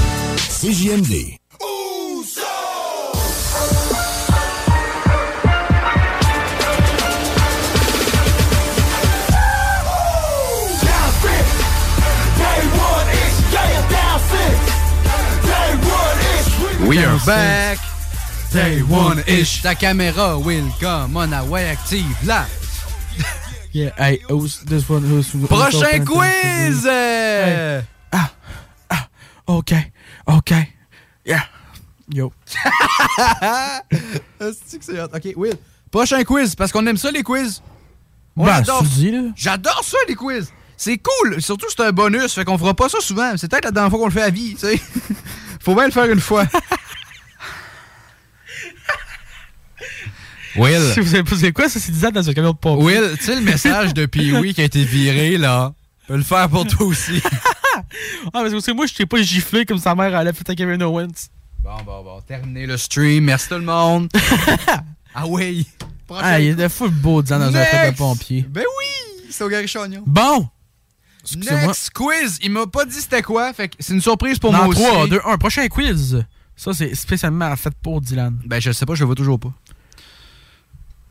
Speaker 9: CJMD.
Speaker 4: We are back. Day one-ish. Ta caméra, Will, come on, ah away, active-la.
Speaker 3: Yeah, hey, who's this one? Who's, who's
Speaker 4: Prochain
Speaker 3: open?
Speaker 4: quiz! euh,
Speaker 3: OK, OK, yeah. Yo.
Speaker 4: Est-ce Ah, que c'est hot? OK, Will. Prochain quiz, parce qu'on aime ça, les quiz. On
Speaker 3: Ben,
Speaker 4: adore-
Speaker 3: tu dis, là.
Speaker 4: J'adore ça, les quiz. C'est cool. Surtout, c'est un bonus. Fait qu'on fera pas ça souvent. C'est peut-être la dernière fois qu'on le fait à vie, tu sais. Faut bien le faire une fois. Will.
Speaker 3: Si vous savez pas c'est quoi, ça c'est 10 ans dans un camion de pompe.
Speaker 4: Will, tu sais le message de Pee-Wee qui a été viré, là? Peut le faire pour toi aussi.
Speaker 3: ah, parce que c'est moi, je t'ai pas giflé comme sa mère à la fête à Kevin Owens.
Speaker 4: Bon, bon, bon. Terminé le stream. Merci tout le monde. ah oui.
Speaker 3: Ah, il est de fou beau 10 ans dans un
Speaker 4: Next.
Speaker 3: fête de pompier.
Speaker 4: Ben oui, c'est au Gary Chagnon.
Speaker 3: Bon!
Speaker 4: Next quiz. Il m'a pas dit c'était quoi. Fait que c'est une surprise pour
Speaker 3: Dans
Speaker 4: moi
Speaker 3: 3,
Speaker 4: aussi.
Speaker 3: 2, 1. Prochain quiz. Ça, c'est spécialement fait pour Dylan.
Speaker 4: Ben, je sais pas, je le vois toujours pas.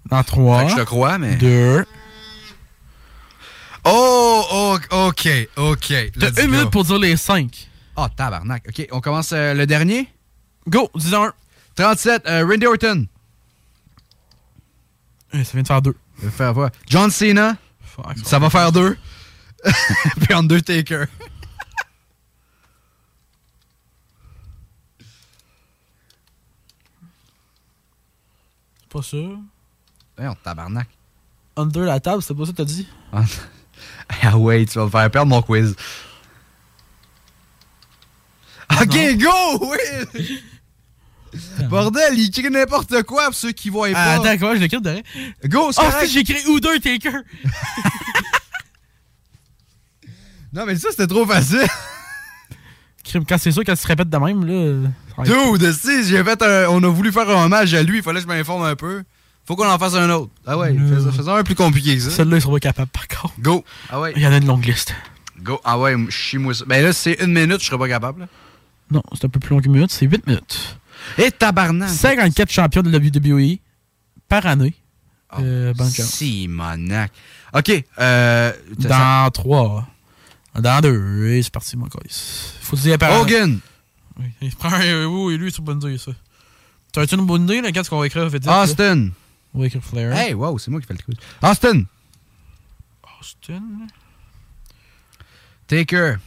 Speaker 3: Dans 3.
Speaker 4: Fait que je te crois, mais-
Speaker 3: 2.
Speaker 4: Oh, oh, ok, ok.
Speaker 3: T'as une minute pour dire les 5.
Speaker 4: Ah, tabarnak. Ok, on commence euh, le dernier. Go, disons 37, euh, Randy Orton.
Speaker 3: Eh, Ça vient de faire 2.
Speaker 4: Ça va faire voir. John Cena. ça va faire deux. Puis Undertaker.
Speaker 3: Pas sûr.
Speaker 4: Hey, on tabarnak.
Speaker 3: Under la table, c'est pas ça que t'as dit?
Speaker 4: Ah ouais, tu vas me faire perdre mon quiz. Ok, go! Oui! Bordel, il crie n'importe quoi pour ceux qui voient
Speaker 3: Ah,
Speaker 4: pas.
Speaker 3: attends, comment je l'écris derrière?
Speaker 4: Go, c'est
Speaker 3: Ah,
Speaker 4: correct.
Speaker 3: si, j'ai écrit ou deux Taker.
Speaker 4: Non, mais ça, c'était trop facile.
Speaker 3: Crime, quand c'est sûr qu'elle se répète de même, là.
Speaker 4: Dude, si, j'ai fait un- on a voulu faire un hommage à lui, il fallait que je m'informe un peu. Faut qu'on en fasse un autre. Ah ouais, fais- faisons un plus compliqué que ça.
Speaker 3: Celle-là, ils sont pas capables, par contre.
Speaker 4: Go. Ah ouais.
Speaker 3: Il y en a une longue liste.
Speaker 4: Go. Ah ouais, chie-moi ça. Ben là, c'est une minute, je serais pas capable. là.
Speaker 3: Non, c'est un peu plus long qu'une minute, c'est 8 minutes.
Speaker 4: Et tabarnak!
Speaker 3: 54 Ah. champions de la WWE par année. Euh, bonne chance.
Speaker 4: Simonac. OK. Euh, ça-
Speaker 3: Dans 3. Dans 2. Et c'est parti, mon gars. Faut dire par
Speaker 4: Hogan.
Speaker 3: Oui, il prend un euh, oui, et lui, c'est pas une bonne idée, ça. T'as-tu une bonne idée, là, quand ce qu'on va écrire, fait
Speaker 4: Austin.
Speaker 3: On va écrire Flair.
Speaker 4: Hey, wow, c'est moi qui fais le quiz. Austin.
Speaker 3: Austin.
Speaker 4: Taker.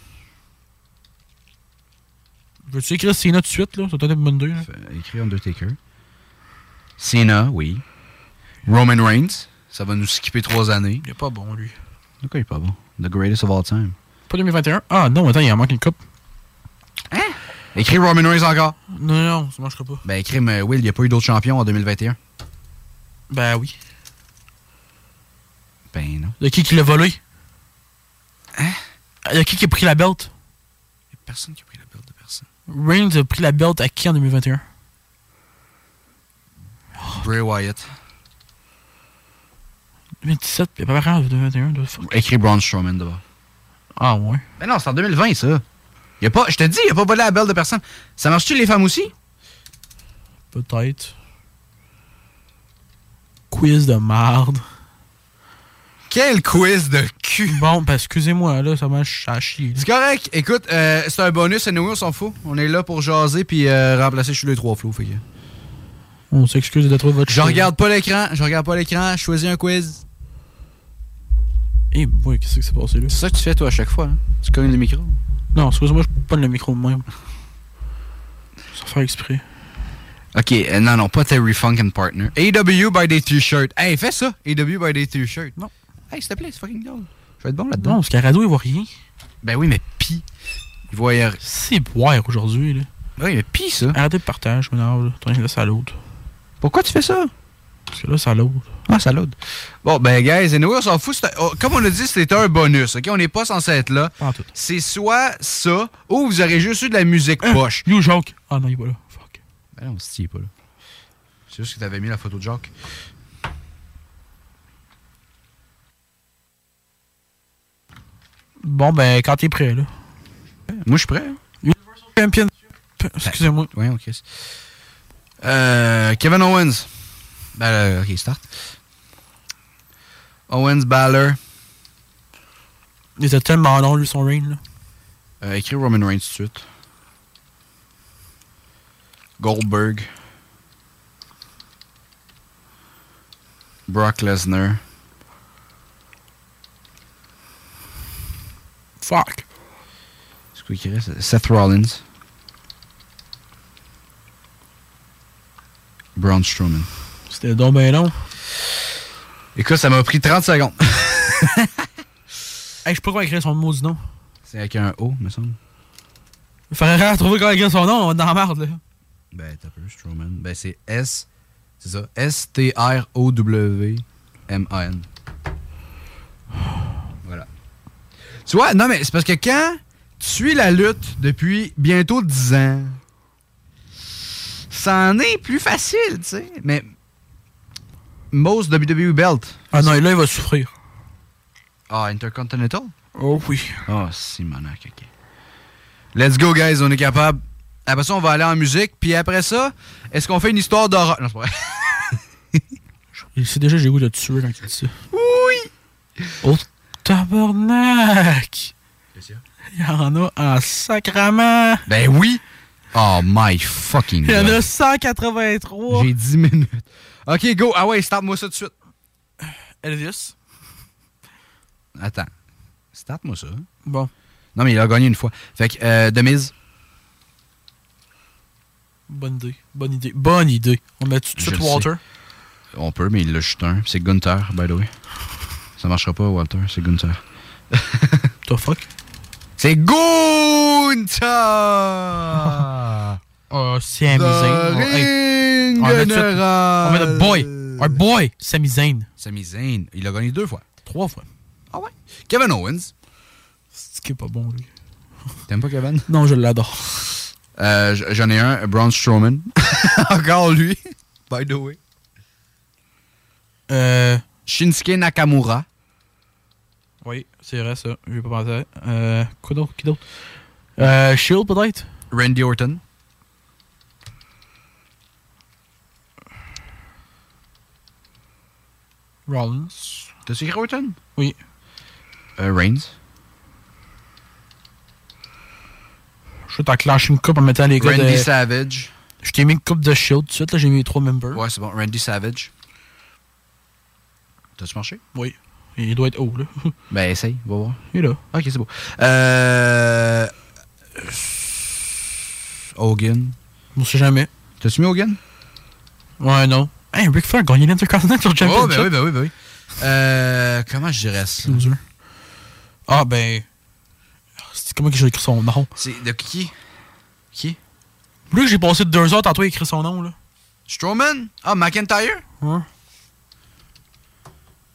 Speaker 3: Veux-tu écrire Cena tout de suite, là? Ça t'a une bonne idée, là.
Speaker 4: Écrit Undertaker. Cena, oui. Roman Reigns. Ça va nous skipper trois années.
Speaker 3: Il est pas bon, lui.
Speaker 4: De quoi il est pas bon? The greatest of all time.
Speaker 3: Pas 2021. Ah non, attends, il en manque une coupe. Hein?
Speaker 4: Écris Roman Reigns encore.
Speaker 3: Non, non, ça marchera pas.
Speaker 4: Ben, écris, mais Will, il n'y a pas eu d'autres champions en 2021.
Speaker 3: Ben oui.
Speaker 4: Ben non.
Speaker 3: Il y a qui qui l'a volé?
Speaker 4: Hein?
Speaker 3: Il y a qui qui a pris la belt?
Speaker 4: Il a personne qui a pris la build de personne.
Speaker 3: Reigns a pris la belt à qui en 2021?
Speaker 4: Bray Wyatt.
Speaker 3: 2017, il n'y a pas rien en 2021. the fuck.
Speaker 4: Écris Braun Strowman d'abord.
Speaker 3: Ah ouais.
Speaker 4: Ben non, c'est en 2020, ça. Y a pas, je te dis, il n'y a pas volé la belle de personne. Ça marche-tu les femmes aussi?
Speaker 3: Peut-être. Quiz de marde.
Speaker 4: Quel quiz de cul!
Speaker 3: Bon, ben excusez-moi, là, ça m'a ch- à chier. là.
Speaker 4: C'est correct. Écoute, euh, c'est un bonus, et nous, on s'en fout. On est là pour jaser puis euh, remplacer chez les trois flots. Fait que...
Speaker 3: On s'excuse de trouver votre
Speaker 4: Je regarde pas l'écran, je regarde pas l'écran, je choisis un quiz.
Speaker 3: Eh, boy, qu'est-ce qui s'est passé là?
Speaker 4: C'est ça que tu fais, toi, à chaque fois. hein? Tu cognes le micro.
Speaker 3: Non, excuse-moi, je pas le micro de même. Sans faire exprès.
Speaker 4: Ok, euh, non, non, pas Terry Funk and Partner. AW by des t-shirts. Hey, fais ça! AW by des t-shirts.
Speaker 3: Non.
Speaker 4: Hey, s'il te plaît, c'est fucking drôle. Je vais être bon là-dedans.
Speaker 3: Non, parce qu'à radio, il voit rien.
Speaker 4: Ben oui, mais pis. Il voit hier.
Speaker 3: C'est boire aujourd'hui, là.
Speaker 4: Oui, mais pis ça.
Speaker 3: Arrêtez de partage, je m'énerve, là. T'en es là, ça l'autre.
Speaker 4: Pourquoi tu fais ça?
Speaker 3: Parce que là, ça l'autre.
Speaker 4: Ah, ça l'aude. Bon, ben, guys, anyway, on s'en fout. c'est un- oh, comme on a dit, c'était un bonus, OK? On n'est pas censé être là.
Speaker 3: Pas en tout.
Speaker 4: C'est soit ça, ou vous aurez juste eu de la musique poche.
Speaker 3: You joke! Ah non, il est pas là. Fuck.
Speaker 4: Hein? Ben non, c'est pas là. C'est juste que t'avais mis la photo de Jacques.
Speaker 3: Bon, ben, quand t'es prêt, là.
Speaker 4: Moi, je suis prêt. hein?
Speaker 3: Champion. Excusez-moi.
Speaker 4: Ouais, OK. Euh, Kevin Owens. Ben, euh, OK, start. Owens, Balor.
Speaker 3: Il était tellement long, lui, son reign, là.
Speaker 4: Euh, écris Roman Reigns tout de suite. Goldberg. Brock Lesnar.
Speaker 3: Fuck.
Speaker 4: C'est quoi qui reste? Seth Rollins. Braun Strowman.
Speaker 3: C'était donc ben long.
Speaker 4: Écoute, ça m'a pris 30 secondes.
Speaker 3: Hey, je sais pas comment écrire son mot du nom.
Speaker 4: C'est avec un O, me semble.
Speaker 3: Il faudrait trouver comment écrire son nom, on est dans la merde, là.
Speaker 4: Ben, t'as peu, Strowman. Ben, c'est S. C'est ça. S-T-R-O-W-M-A-N. Voilà. Tu vois, non, mais c'est parce que quand tu suis la lutte depuis bientôt 10 ans, ça en est plus facile, tu sais. Mais. Most WWE E Belt.
Speaker 3: Ah non, et là, il va souffrir.
Speaker 4: Ah, Intercontinental?
Speaker 3: Oh oui.
Speaker 4: Ah, si, monac, ok. Let's go, guys, on est capable. Après ça, on va aller en musique, puis après ça, est-ce qu'on fait une histoire d'horreur? Non, c'est pas vrai.
Speaker 3: Il sait déjà, j'ai le goût de le tuer quand il dit ça.
Speaker 4: Oui!
Speaker 3: Oh, tabarnak! Il y en a en sacrament!
Speaker 4: Ben oui! Oh my fucking
Speaker 3: Il y en a
Speaker 4: god.
Speaker 3: 183!
Speaker 4: J'ai 10 minutes. Ok, go. Ah ouais, start-moi ça tout de suite.
Speaker 3: Elvis?
Speaker 4: Attends. Start-moi ça.
Speaker 3: Bon.
Speaker 4: Non, mais il a gagné une fois. Fait que, euh, de mise,
Speaker 3: Bonne idée. Bonne idée. Bonne idée. On met tout de
Speaker 4: Je
Speaker 3: suite
Speaker 4: le
Speaker 3: Walter.
Speaker 4: on peut, mais il l'a juste un. C'est Gunther, by the way. Ça marchera pas, Walter. C'est Gunther.
Speaker 3: The fuck?
Speaker 4: C'est Gunther!
Speaker 3: Oh, Sami
Speaker 4: The
Speaker 3: Zayn. Oh, hey.
Speaker 4: ring
Speaker 3: On met tout de suite.
Speaker 4: general.
Speaker 3: On met le boy. Un boy, Sami Zayn.
Speaker 4: Sami Zayn, il a gagné deux fois.
Speaker 3: Trois fois.
Speaker 4: Ah ouais? Kevin Owens.
Speaker 3: C'est qui est pas bon, lui.
Speaker 4: T'aimes pas Kevin?
Speaker 3: Non, je l'adore.
Speaker 4: Euh, j- J'en ai un, Braun Strowman. Encore lui. By the way.
Speaker 3: Euh.
Speaker 4: Shinsuke Nakamura.
Speaker 3: Oui, c'est vrai, ça. J'ai pas pensé. Euh. Quoi d'autre? Qui d'autre? Euh. Shield, peut-être?
Speaker 4: Randy Orton.
Speaker 3: Rollins.
Speaker 4: T'as-tu écrit Orton?
Speaker 3: Oui.
Speaker 4: Euh, Reigns.
Speaker 3: Je vais t'en clencher une coupe en mettant les gars
Speaker 4: Randy
Speaker 3: de-
Speaker 4: Savage.
Speaker 3: Je t'ai mis une coupe de Shield tout de suite, là. J'ai mis les trois members.
Speaker 4: Ouais, c'est bon. Randy Savage. T'as-tu marché?
Speaker 3: Oui. Il doit être haut, là.
Speaker 4: Ben, essaye, va voir.
Speaker 3: Il est là.
Speaker 4: Ok, c'est beau. Euh. Hogan.
Speaker 3: On sait jamais.
Speaker 4: T'as-tu mis Hogan?
Speaker 3: Ouais, non. Hey, Rick Flair a gagné l'Intercontinental Championship.
Speaker 4: Oh, ben oui, ben oui, ben oui. Euh, comment je dirais ça?
Speaker 3: Loser. Ah, ben. C'est comment que j'ai écrit son nom?
Speaker 4: C'est de qui? Qui?
Speaker 3: Lui que j'ai passé deux heures tantôt à écrire son nom, là.
Speaker 4: Strowman? Ah, McIntyre?
Speaker 3: Ouais.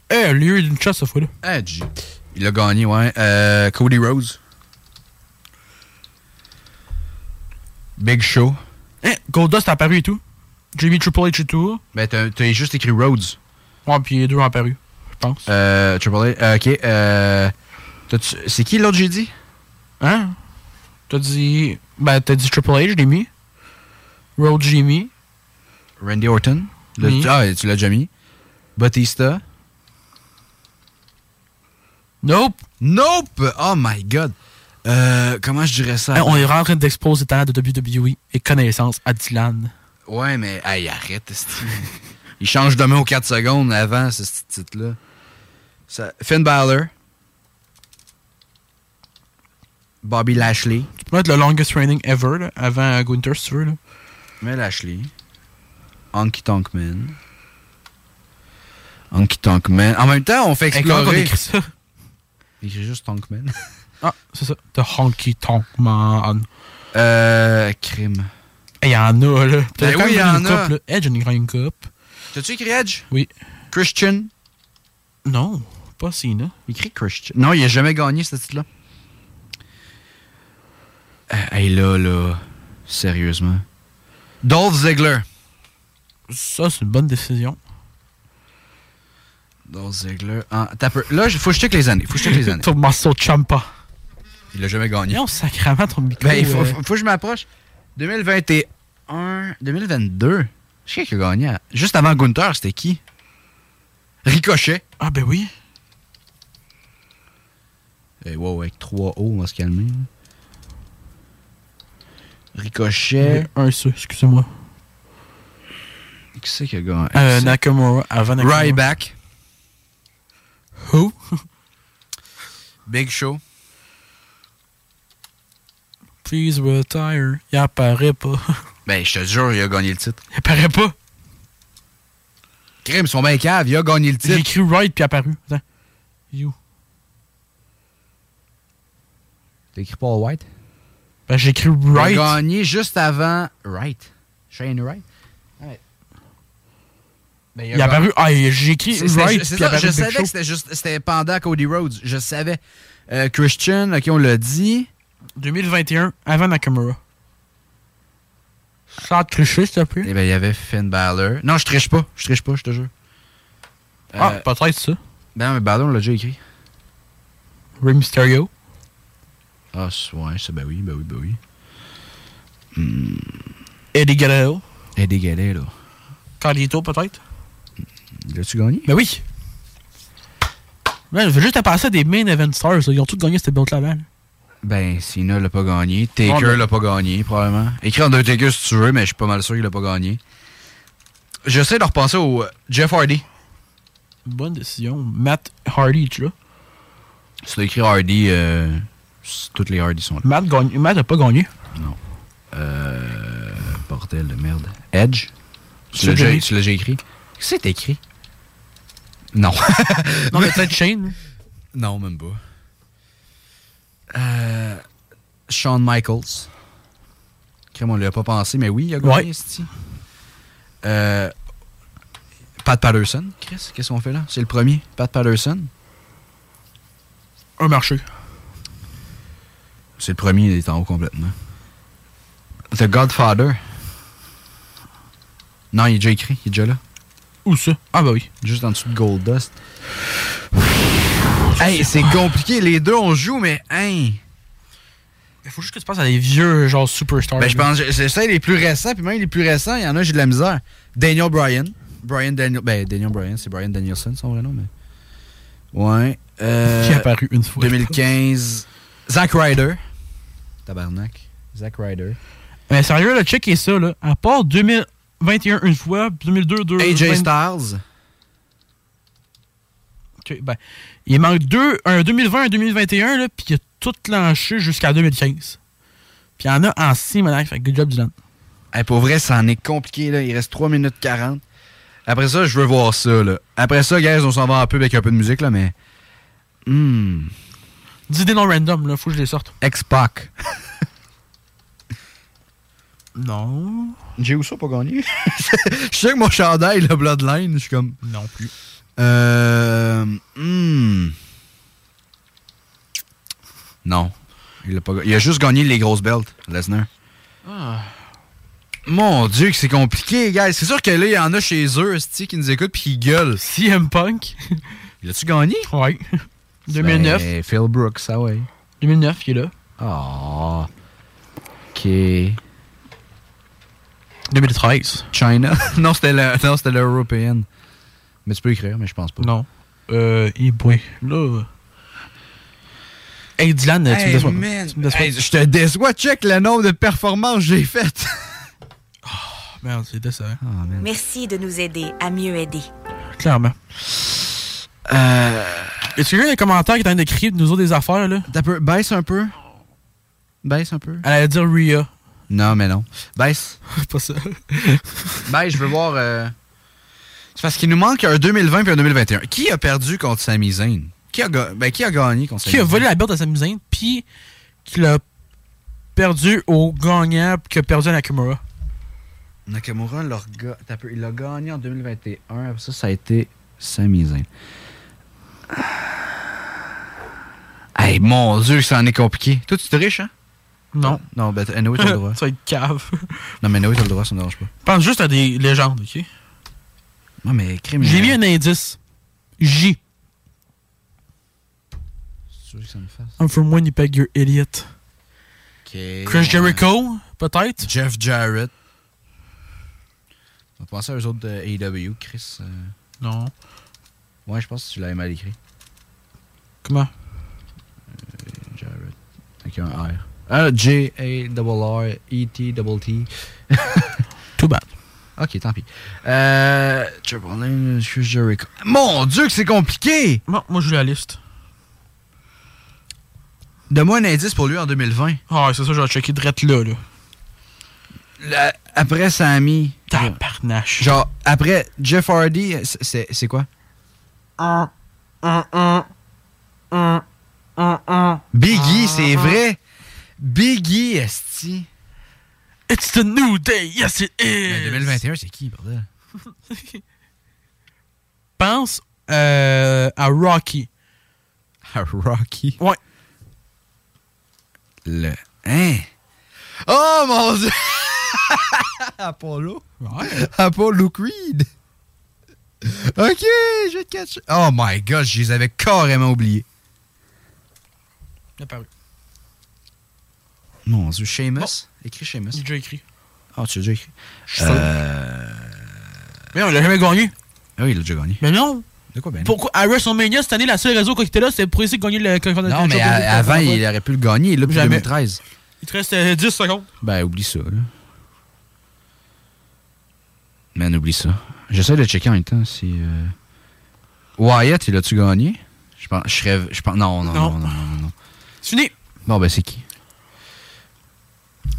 Speaker 3: Eh, lui, il a eu une chasse, cette fois-là.
Speaker 4: Ah, G. Il a gagné, ouais. Euh, Cody Rhodes. Big Show.
Speaker 3: Eh, Goldust a apparu et tout. J'ai mis Triple H et tout.
Speaker 4: Ben, t'as t'as juste écrit Rhodes.
Speaker 3: Ouais, puis les deux ont apparu, je pense.
Speaker 4: Euh, Triple H. euh, ok. Euh, t'as-tu- c'est qui l'autre j'ai dit?
Speaker 3: Hein? T'as dit. Ben, t'as dit Triple H, je l'ai mis. Road, j'ai mis.
Speaker 4: Randy Orton. Le-
Speaker 3: Oui.
Speaker 4: Ah, tu l'as déjà mis. Batista.
Speaker 3: Nope.
Speaker 4: Nope. Oh my god. Euh, comment je dirais ça?
Speaker 3: Eh, on est vraiment en train d'exposer les talents de WWE et connaissances à Dylan.
Speaker 4: Ouais, mais hey, arrête, esti. Il change de main aux 4 secondes avant ce petit titre-là. Ça- Finn Balor. Bobby Lashley.
Speaker 3: Tu peux mettre le longest training ever, là, avant euh, Gunther, si tu veux, là.
Speaker 4: Mais Lashley. Honky Tonk Man. Honky Tonk Man. En même temps, on fait
Speaker 3: Eh, comment qu'on
Speaker 4: explorer.
Speaker 3: écrit ça?
Speaker 4: Écrit juste Tonk Man.
Speaker 3: Ah, c'est ça. The Honky Tonk Man.
Speaker 4: Euh. Crime.
Speaker 3: Eh, y en a, là.
Speaker 4: Ben
Speaker 3: T'as
Speaker 4: oui,
Speaker 3: quand
Speaker 4: y
Speaker 3: même une
Speaker 4: en a.
Speaker 3: coupe, là. Edge, j'en ai quand même une coupe.
Speaker 4: T'as-tu écrit Edge?
Speaker 3: Oui.
Speaker 4: Christian.
Speaker 3: Non, pas Cena.
Speaker 4: Il écrit Christian. Non, il a jamais gagné ce titre-là. Euh, hey là, là. Sérieusement. Dolph Ziggler.
Speaker 3: Ça, c'est une bonne décision.
Speaker 4: Dolph Ziggler. Ah, t'as peu. Là, il faut que je check les années. Faut que je check les années.
Speaker 3: Ton morceau de Champa.
Speaker 4: Il a jamais gagné.
Speaker 3: Non, sacrément ton micro.
Speaker 4: Ben, il faut,
Speaker 3: euh,
Speaker 4: faut- faut que je m'approche. 2021. 2022. Je sais qui a gagné. à- Juste avant Gunther, c'était qui? Ricochet.
Speaker 3: Ah, ben oui.
Speaker 4: Eh, wow, avec 3 O, on va se calmer. là. Ricochet.
Speaker 3: Un seul, excusez-moi.
Speaker 4: Qui c'est qui a
Speaker 3: Euh,
Speaker 4: gagné? Qui c'est-
Speaker 3: Nakamura, avant Nakamura.
Speaker 4: Ryback.
Speaker 3: Who?
Speaker 4: Big Show.
Speaker 3: Please retire. Il apparaît pas.
Speaker 4: Ben, je te jure, il a gagné le titre.
Speaker 3: Il apparaît pas.
Speaker 4: Crime, son bien cave, il a gagné le
Speaker 3: J'ai
Speaker 4: titre.
Speaker 3: écrit Ride puis apparu. Attends. You.
Speaker 4: T'as écrit Paul White?
Speaker 3: Ben, j'ai écrit
Speaker 4: Il a
Speaker 3: Ride.
Speaker 4: gagné juste avant Wright. Shane Wright? Ouais. Ben,
Speaker 3: Il est apparu. Ah, j'ai écrit
Speaker 4: C'est- c'était
Speaker 3: Ride
Speaker 4: ju- c'est
Speaker 3: puis
Speaker 4: ça,
Speaker 3: apparu.
Speaker 4: je
Speaker 3: Big
Speaker 4: savais
Speaker 3: Show.
Speaker 4: que c'était juste c'était pendant Cody Rhodes. Je savais. Euh, Christian, ok, on l'a dit.
Speaker 3: 2021, avant Nakamura. Sans tricher, s'il te plaît.
Speaker 4: Eh ben, il y avait Finn Balor. Non, je triche pas. Je triche pas, je te jure.
Speaker 3: Ah,
Speaker 4: Euh,
Speaker 3: peut-être ça.
Speaker 4: ben, non, mais Balor, on l'a déjà écrit.
Speaker 3: Rey Mysterio.
Speaker 4: Ah, c'est- ouais, ça, ben oui, ben oui, ben oui.
Speaker 3: Eddie Guerrero.
Speaker 4: Et dégalé, là.
Speaker 3: Carlito, peut-être.
Speaker 4: L'as-tu gagné?
Speaker 3: Ben oui. Ouais, je veux juste te passer à des main event stars. là. Ils ont tous gagné cette belt là
Speaker 4: Ben, Cena l'a pas gagné.
Speaker 3: Ah,
Speaker 4: Taker
Speaker 3: ben-
Speaker 4: l'a pas gagné, probablement. Écris Undertaker si tu veux, mais je suis pas mal sûr qu'il l'a pas gagné. J'essaie de repenser au euh, Jeff Hardy.
Speaker 3: Bonne décision. Matt Hardy, tu vois.
Speaker 4: Si t'as écrit Hardy, euh, s- toutes les Hardy sont là.
Speaker 3: Matt, gagne... Matt a pas gagné.
Speaker 4: Non. Euh, bordel de merde. Edge? Tu
Speaker 3: C'est
Speaker 4: l'as déjà,
Speaker 3: gagné.
Speaker 4: tu l'as déjà écrit? Qu'est-ce que t'as écrit? Non.
Speaker 3: Non, mais peut-être Shane. hein.
Speaker 4: non, même pas. Euh, Shawn Michaels. Crème, on lui a pas pensé, mais oui, il a gagné,
Speaker 3: Ouais.
Speaker 4: c'ti. Euh, Pat Patterson. Chris, qu'est-ce qu'on fait là? C'est le premier. Pat Patterson.
Speaker 3: Un marché.
Speaker 4: C'est le premier, il est en haut complètement. The Godfather. Non, il est déjà écrit, il est déjà là.
Speaker 3: Où ça? Ah, bah oui.
Speaker 4: Juste en dessous de Gold Dust. hey, c'est compliqué. Les deux, on joue, mais hein.
Speaker 3: Il faut juste que tu passes à des vieux, genre, superstars.
Speaker 4: Ben, je
Speaker 3: là.
Speaker 4: pense, j'essaie les plus récents, puis même les plus récents, il y en a, j'ai de la misère. Daniel Bryan. Brian Daniel. Ben, Daniel Bryan, c'est Brian Danielson, son vrai nom, mais. Ouais. Euh,
Speaker 3: Qui est apparu une fois.
Speaker 4: 2015. Zack Ryder. Tabarnak. Zack Ryder.
Speaker 3: Mais sérieux, là, check est ça, là. À part 2021 une fois, 2002 deux.
Speaker 4: AJ
Speaker 3: vingt-
Speaker 4: Styles.
Speaker 3: Ok, ben, il manque deux, un 2020, un 2021, là, puis il a tout lanché jusqu'à 2015. Puis il y en a en 6 maintenant. Fait que good job, Dylan.
Speaker 4: Hey, pour vrai, ça en est compliqué. Là. Il reste 3 minutes 40. Après ça, je veux voir ça. Là. Après ça, guys, on s'en va en pub avec un peu de musique, là, mais. Hmm.
Speaker 3: Dis des noms random, là. Faut que je les sorte.
Speaker 4: X-Pac.
Speaker 3: Non.
Speaker 4: J'ai ça pas gagné. je sais que mon chandail, le Bloodline, je suis comme.
Speaker 3: Non plus.
Speaker 4: Euh. hmm. Non. Il a, pas... ga- il a juste gagné les grosses belts, Lesnar.
Speaker 3: Ah.
Speaker 4: Mon Dieu, que c'est compliqué, guys. C'est sûr que là, il y en a chez eux, esti, qui nous écoutent puis qui gueulent.
Speaker 3: CM E Punk.
Speaker 4: L'as-tu gagné?
Speaker 3: Ouais. 2009.
Speaker 4: Ben, Phil Brooks, ah ouais.
Speaker 3: 2009, il est là.
Speaker 4: Ah. OK.
Speaker 3: 2013.
Speaker 4: China. non, c'était la- non, c'était l'européenne. Mais tu peux écrire, mais je pense pas.
Speaker 3: Non. Euh, et boy. Là. euh. Hey, Dylan, tu me
Speaker 4: Hey,
Speaker 3: déçois.
Speaker 4: man.
Speaker 3: Tu me déçois.
Speaker 4: Hey, je te déçois. Check le nombre de performances que j'ai faites.
Speaker 3: Merde, c'est décevant.
Speaker 4: Ah,
Speaker 5: Merci de nous aider à mieux aider.
Speaker 3: Clairement.
Speaker 4: Euh.
Speaker 3: Est-ce que quelqu'un dans les commentaires qui est en train d'écrire de nous autres des affaires, là?
Speaker 4: T'as peu, baisse un peu. Baisse un peu.
Speaker 3: Elle allait dire Rhea.
Speaker 4: Non, mais non. Baisse.
Speaker 3: pas ça.
Speaker 4: Baisse, je veux voir. euh, C'est parce qu'il nous manque un 2020 puis un 2021. Qui a perdu contre Sami Zayn? Qui a, ga- ben, qui a gagné contre
Speaker 3: Qui a
Speaker 4: Sami Zayn?
Speaker 3: volé la bête à Sami Zayn, puis qui l'a perdu au gagnant, puis qui a perdu à Nakamura.
Speaker 4: Nakamura, l'a rega- t'as peu, il l'a gagné en 2021. Après ça, ça a été Sami Zayn. Hey, mon Dieu, ça en est compliqué. Toi, tu te riche, hein?
Speaker 3: Non.
Speaker 4: Non, ben, t- anyway, t'as le droit.
Speaker 3: Ça va être cave.
Speaker 4: Non, mais anyway, t'as le droit, ça me dérange pas.
Speaker 3: Pense juste à des légendes, ok?
Speaker 4: Non, mais crime.
Speaker 3: J'ai mis un indice. J.
Speaker 4: Tu veux que ça me fasse?
Speaker 3: I'm from Winnipeg, you're idiot.
Speaker 4: Ok.
Speaker 3: Chris Jericho, peut-être?
Speaker 4: Jeff Jarrett. On va penser à eux autres de AEW, Chris. euh,
Speaker 3: Non.
Speaker 4: Ouais, je pense que tu l'avais mal écrit.
Speaker 3: Comment?
Speaker 4: Jarrett. Avec un R. Ah, E J-A-R-R-E-T-T.
Speaker 3: Too bad.
Speaker 4: Ok, tant pis. Euh. Triple H, Chris Jericho. Mon Dieu, que c'est compliqué!
Speaker 3: Bon, moi, je joue la liste.
Speaker 4: Donne-moi un indice pour lui en 2020.
Speaker 3: Ah, c'est ça, je vais checker direct là, là.
Speaker 4: Le- après Sammy.
Speaker 3: Tabarnache.
Speaker 4: Genre, après Jeff Hardy, c'est- c'est c'est quoi? Biggie, c'est vrai! Biggie, esti.
Speaker 3: It's the new day, yes it is!
Speaker 4: Mais 2021, c'est qui, bordel?
Speaker 3: Pense euh, à Rocky.
Speaker 4: Rocky.
Speaker 3: Ouais.
Speaker 4: Le. Hein? Oh mon dieu! Apollo?
Speaker 3: Ouais.
Speaker 4: Apollo Creed! Ok, je vais te catcher. Oh my god, je les avais carrément oubliés.
Speaker 3: Il a paru.
Speaker 4: Mon dieu, Seamus? Écris Seamus.
Speaker 3: J'ai déjà écrit.
Speaker 4: Ah, tu l'as déjà écrit.
Speaker 3: suis
Speaker 4: Euh...
Speaker 3: Mais non, il a jamais gagné.
Speaker 4: Ah oui, il l'a déjà gagné.
Speaker 3: Mais non!
Speaker 4: De quoi, ben? non?
Speaker 3: Pourquoi à WrestleMania cette année, la seule raison qu'il était là, c'était pour essayer de gagner le championnat
Speaker 4: Non, mais à- avant, il aurait pu le gagner. Il est là depuis
Speaker 3: Jamais.
Speaker 4: 2013.
Speaker 3: Il te reste euh, 10 secondes.
Speaker 4: Ben, oublie ça, là. Man, oublie ça. J'essaie de checker en même temps si. euh, Wyatt, il a-tu gagné? Je pense. Je serais. Je pense. Non, non, non,
Speaker 3: Non.
Speaker 4: non, non, non, non.
Speaker 3: C'est fini!
Speaker 4: Bon, ben, c'est qui?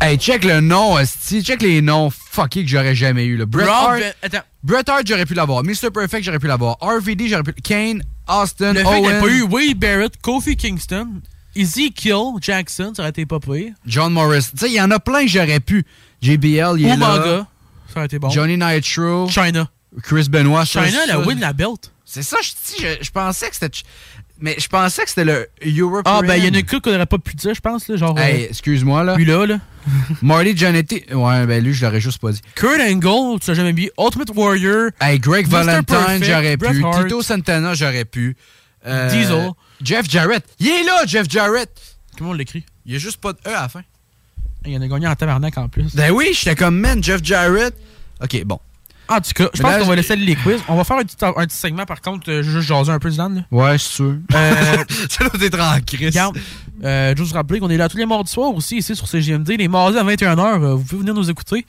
Speaker 4: Hey, check le nom, esti. Check les noms fuckés que j'aurais jamais eu, là. Bret
Speaker 3: Brock
Speaker 4: Hart.
Speaker 3: Ven- Attends.
Speaker 4: Bret Hart, j'aurais pu l'avoir. Mr. Perfect, j'aurais pu l'avoir. RVD, j'aurais pu. Kane, Austin,
Speaker 3: Le fait qu'il n'y
Speaker 4: Owen,
Speaker 3: a pas eu Wade Barrett, Kofi Kingston, Ezekiel Jackson, ça aurait été pas pire.
Speaker 4: John Morris. Tu sais, il y en a plein que j'aurais pu. JBL, il est là.
Speaker 3: Umaga, ça aurait été bon.
Speaker 4: Johnny Nitro.
Speaker 3: China.
Speaker 4: Chris Benoit. ça,
Speaker 3: China, elle
Speaker 4: ça,
Speaker 3: a win la belt.
Speaker 4: C'est ça, je, si, je, je pensais que c'était. ch- Mais je pensais que c'était le Europe.
Speaker 3: Ah, ben, il y en a une couple qu'on n'aurait pas pu dire, je pense, là, genre.
Speaker 4: Hey,
Speaker 3: euh,
Speaker 4: excuse-moi, là.
Speaker 3: lui là, là.
Speaker 4: Marty Jannetty. Ouais, ben lui, je l'aurais juste pas dit.
Speaker 3: Kurt Angle, tu l'as jamais mis. Ultimate Warrior,
Speaker 4: Hey, Greg
Speaker 3: Mr.
Speaker 4: Valentine,
Speaker 3: Perfect,
Speaker 4: j'aurais
Speaker 3: Bret
Speaker 4: pu.
Speaker 3: Hart.
Speaker 4: Tito Santana, j'aurais pu. Euh,
Speaker 3: Diesel.
Speaker 4: Jeff Jarrett. Il est là, Jeff Jarrett.
Speaker 3: Comment on l'écrit?
Speaker 4: Il y a juste pas de E à la fin.
Speaker 3: Il y en a gagné en tabarnak en plus.
Speaker 4: Ben oui, j'étais comme, man, Jeff Jarrett. Ok, bon.
Speaker 3: En tout cas, je
Speaker 4: Mais
Speaker 3: pense
Speaker 4: là,
Speaker 3: qu'on va
Speaker 4: je-
Speaker 3: laisser les quiz. On va faire un petit, un petit segment, par contre, euh, juste jaser un peu Dylan. Là.
Speaker 4: Ouais, c'est sûr.
Speaker 3: Euh,
Speaker 4: C'est là, t'es tranquille.
Speaker 3: regarde, euh, juste vous rappeler qu'on est là tous les mardis soirs aussi, ici sur CGMD. Les mardis à 21h, euh, vous pouvez venir nous écouter.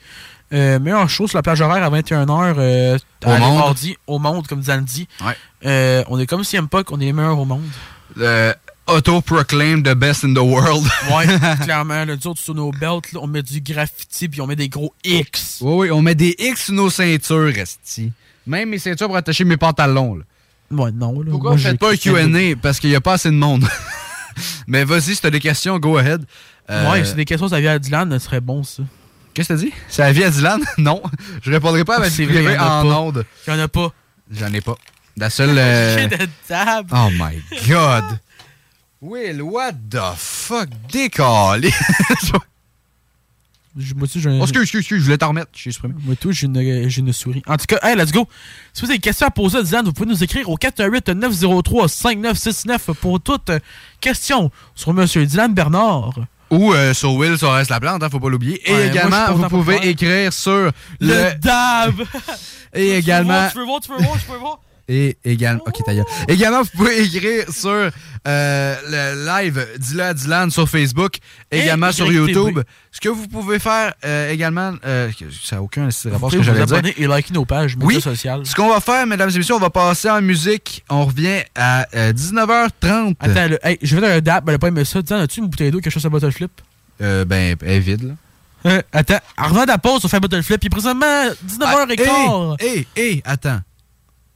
Speaker 3: Euh, meilleur show sur la plage horaire à 21h euh,
Speaker 4: Au
Speaker 3: à les
Speaker 4: monde.
Speaker 3: mardis, au monde, comme Dylan dit.
Speaker 4: Ouais.
Speaker 3: Euh, on est comme CM Puck, on est les meilleurs au monde.
Speaker 4: Le auto-proclaim Euh, the best in the world.
Speaker 3: Ouais, clairement. Le jour sur nos belts, là, on met du graffiti puis on met des gros X.
Speaker 4: Oui, oui, on met des X sur nos ceintures, Resti. Même mes ceintures pour attacher mes pantalons. Là.
Speaker 3: Ouais, non. Là,
Speaker 4: Pourquoi
Speaker 3: moi,
Speaker 4: vous
Speaker 3: j'ai-
Speaker 4: faites pas un QA Parce qu'il n'y a pas assez de monde. Mais vas-y, si t'as des questions, go ahead. Euh,
Speaker 3: Ouais, c'est des questions que ça vient à Dylan, ce serait bon ça.
Speaker 4: Qu'est-ce que t'as dit? C'est la vie à Dylan? non. Je répondrai pas à ma vie
Speaker 3: C'est vrai,
Speaker 4: privée
Speaker 3: y en a
Speaker 4: en
Speaker 3: pas. Oh,
Speaker 4: onde.
Speaker 3: Il y en a pas.
Speaker 4: J'en ai pas. La seule. euh,
Speaker 3: J'ai de table.
Speaker 4: Oh my god. Will, what the fuck? Décalé.
Speaker 3: Moi aussi, j'ai un-
Speaker 4: Oh, excuse, excuse, excuse, je voulais t'en remettre. J'ai supprimé.
Speaker 3: Moi, tout, j'ai une, j'ai une souris. En tout cas, hey, let's go. Si vous avez des questions à poser à Dylan, vous pouvez nous écrire au 418-903-5969 pour toutes euh, questions sur Monsieur Dylan Bernard.
Speaker 4: Ou euh, sur Will, ça reste la plante, hein, faut pas l'oublier. Et
Speaker 3: Ouais, moi, je suis
Speaker 4: également,
Speaker 3: content
Speaker 4: vous
Speaker 3: pour
Speaker 4: pouvez
Speaker 3: toi. hein.
Speaker 4: écrire sur
Speaker 3: Le,
Speaker 4: le.
Speaker 3: DAB!
Speaker 4: Et également.
Speaker 3: Tu veux voir, tu veux voir, tu veux voir, tu veux voir?
Speaker 4: Et également. Ok, ta gueule. Également, vous pouvez écrire sur euh, le live Dylan à Dylan sur Facebook,
Speaker 3: Et
Speaker 4: également sur
Speaker 3: YTV.
Speaker 4: YouTube. Ce que vous pouvez faire euh, également, euh, ça n'a aucun rapport
Speaker 3: Vous pouvez
Speaker 4: à ce que
Speaker 3: vous
Speaker 4: j'allais dire.
Speaker 3: abonner et liker nos pages
Speaker 4: Oui,
Speaker 3: médias sociales.
Speaker 4: ce qu'on va faire, mesdames et messieurs, on va passer en musique. On revient à euh, 19h30.
Speaker 3: Attends, le- hey, je vais dans un DAB, elle a pas aimé ça. Dylan, as-tu une bouteille d'eau, quelque chose à bottle flip?
Speaker 4: Euh, ben, elle est vide, là.
Speaker 3: Euh, attends, en revenant à la pause, on fait un bottle flip, puis présentement,
Speaker 4: Ah,
Speaker 3: 19h15.
Speaker 4: Hé, hé, hé, attends.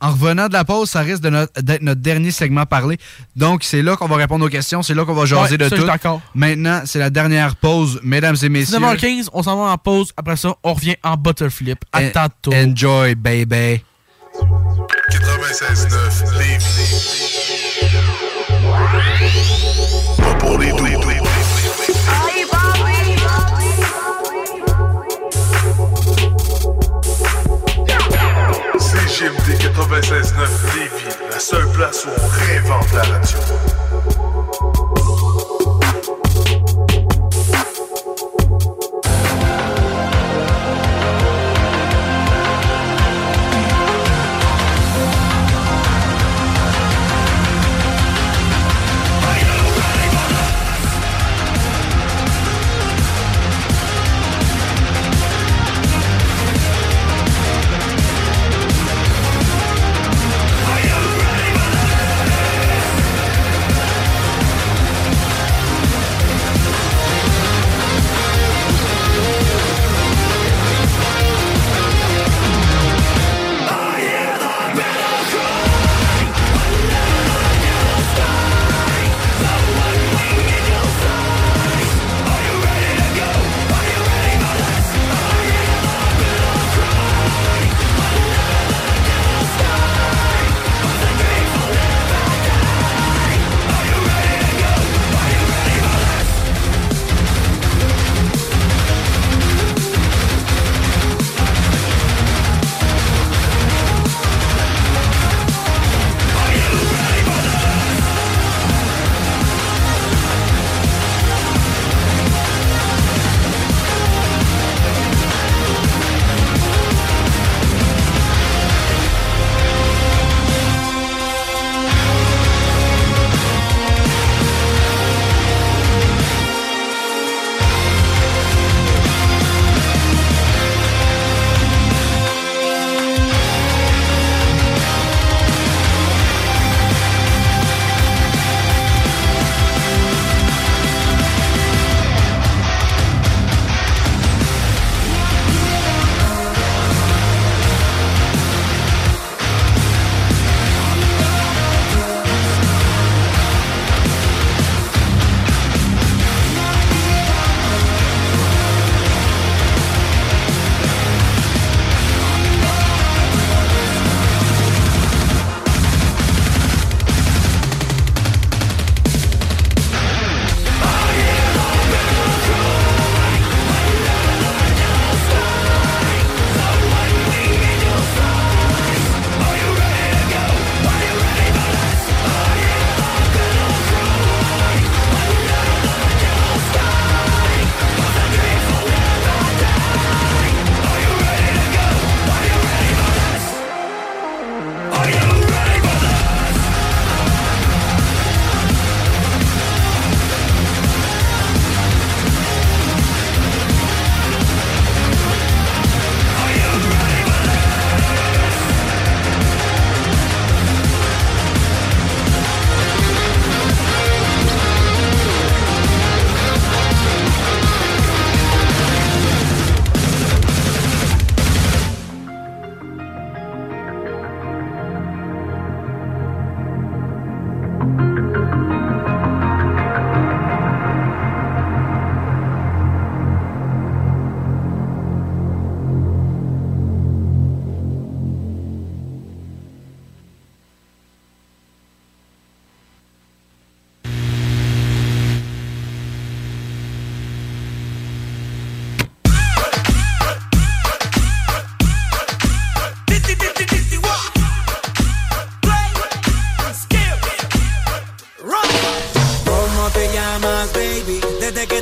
Speaker 4: En revenant de la pause, ça risque de no- d'être notre dernier segment parlé. Donc, c'est là qu'on va répondre aux questions, c'est là qu'on va jaser
Speaker 3: Ouais,
Speaker 4: de
Speaker 3: ça, je
Speaker 4: tout.
Speaker 3: suis d'accord.
Speaker 4: Maintenant, c'est la dernière pause, mesdames et messieurs.
Speaker 3: 19h15, on s'en va en pause. Après ça, on revient en bottle flip. À
Speaker 4: En-
Speaker 3: tantôt.
Speaker 4: eh, Enjoy, baby.
Speaker 9: 96.9 Lévis. Pas pour les doux. CGMD 96.9 Lévis, la seule place où on réinvente la radio.
Speaker 19: Are you ready for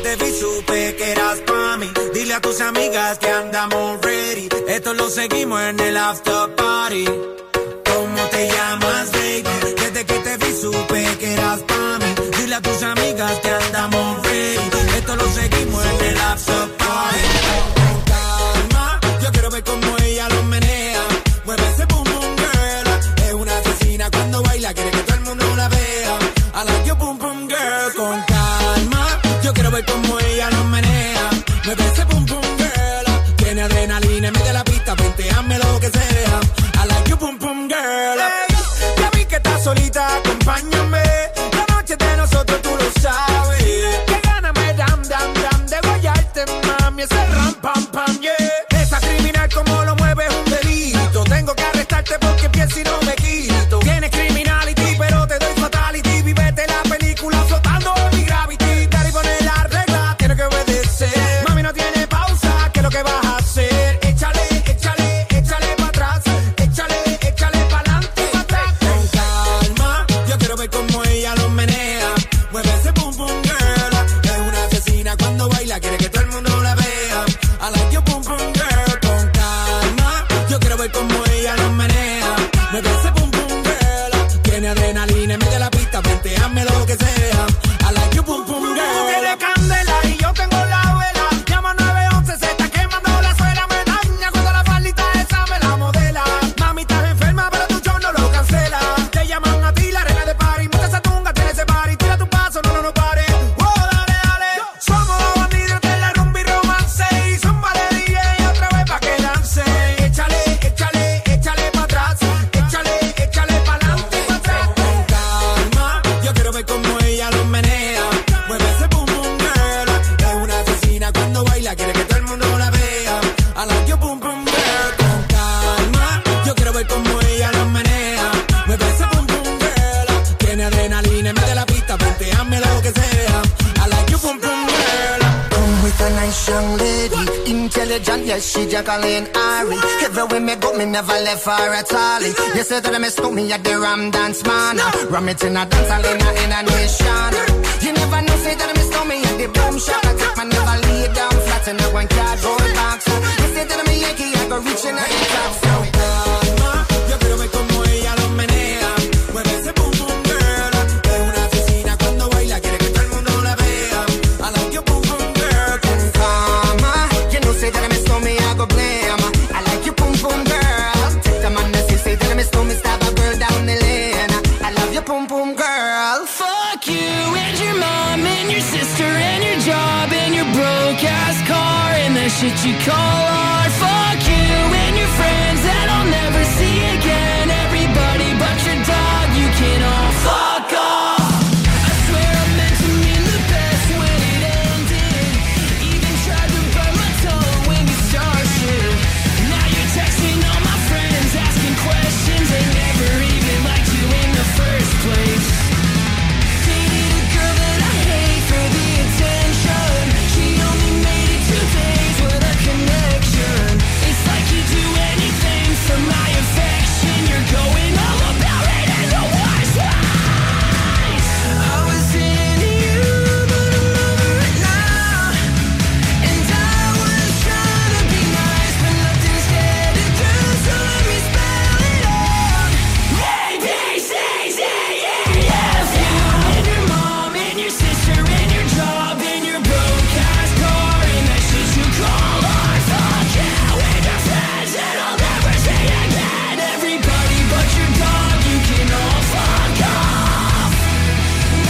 Speaker 20: te vi supe que eras pa' mí. Dile a tus amigas que andamos ready. Esto lo seguimos en el after party. ¿Cómo te llamas, baby? Desde que te vi supe que eras pa' mí. Dile a tus amigas que andamos ready. Esto lo seguimos en el after party. Con calma, yo quiero ver cómo ella lo menea. Mueve ese boom boom girl. Es una asesina cuando baila, quiere que todo el mundo la vea. A la yo boom boom girl. Con calma, yo quiero ver cómo ella lo menea. Mueve ese boom boom girl. Tiene adrenalina en medio de la pista, venteame lo que sea. I like you, pum pum girl. Ey, ya vi que estás solita, acompáñame. La noche de nosotros tú lo sabes. Que gana me dan, dan, dan de guayarte, mami. Ese ram, pam, pam, yeah. Esa criminal como lo mueve es un delito. Tengo que arrestarte porque pienso y no me quito. Tienes criminality, pero te doy fatality. Vivete la película flotando en mi gravity. Dale y poner la regla, tiene que obedecer. Mami, no tiene pausa, ¿qué es lo que vas a hacer? Échale, échale, échale para atrás. Échale, échale para adelante. Con calma, yo quiero ver cómo ella lo menea. Mueve ese boom boom girl. Es una asesina cuando baila, quiere que todo el mundo la vea. I like you boom boom girl. Con calma, yo quiero ver cómo ella lo menea. Mueve ese boom boom girl. Tiene adrenalina en medio de la pista, hazme lo que sea. I like you boom boom girl. Tú tienes candela y yo tengo la vela. Llama 911, se está quemando la suela. Me daña cuando la faldita esa me la modela. Mami, estás enferma, pero tu show no lo cancela. Te llaman a ti, la reina de party. Mucha esa tunga, tienes ese party. Tira tu paso, no, no, no pares. Wow, dale, dale. Somos los bandidos de la rumba y romance. Y son DJ y otra vez pa' que lance. Échale, échale, échale pa' atrás. Échale, échale pa' adelante, pa' atrás. Con calma, yo quiero ver cómo ella lo menea. Mueve ese boom boom girl. Es una asesina cuando baila, quiere que todo el mundo la vea. A la yo boom boom girl. Con calma, yo quiero ver cómo ella lo menea. Mueve ese boom boom girl. Tiene adrenalina, mete la pista, hazme lo que sea. I like you boom boom girl.
Speaker 11: I'm with a nice young lady, intelligent, yes, she Jacqueline Ari. Everywhere me go, me never left her at all. You say that I miss me at the Ram Dance Man. Ram it in a dance, hall in a, in a nation. You never know, say that I miss me at the boom shop. I take my never lay down flat in a one cardboard box. You say that I'm a Yankee, I go reaching out the top. So
Speaker 20: calma, yo quiero ver cómo ella lo menea. Mueve ese boom boom girl. Es una asesina cuando baila, quiere que todo el mundo la vea. I like you boom boom girl.
Speaker 11: Con calma, you know, say that I miss me, I go blame. I like you, boom boom girl. Take the man that you say that I miss me, stab a girl down the lane. I love you, boom boom girl.
Speaker 21: Fuck you and your mom and your sister and your job and your broke ass car and the shit you call art. Fuck you and your friends that I'll never see again. Everybody but your dog, you can all fuck off. I swear I meant to mean the best when it ended. Even tried to burn my tongue when you started. Now you're texting all my friends, asking questions. They never even liked you in the first place. Dated a girl that I hate for the attention. She only made it two days with a connection. It's like you do anything for my affection. You're going all about it in the worst ways. I was into you, but I'm over it now. And I was trying to be nice, but nothing's getting through. So let me spell it out. A B C D E F you and your mom and your sister and your job and your broke ass car and that shit you call art. Fuck you and your friends that I'll never see again. Everybody but your dog, you can all fuck off.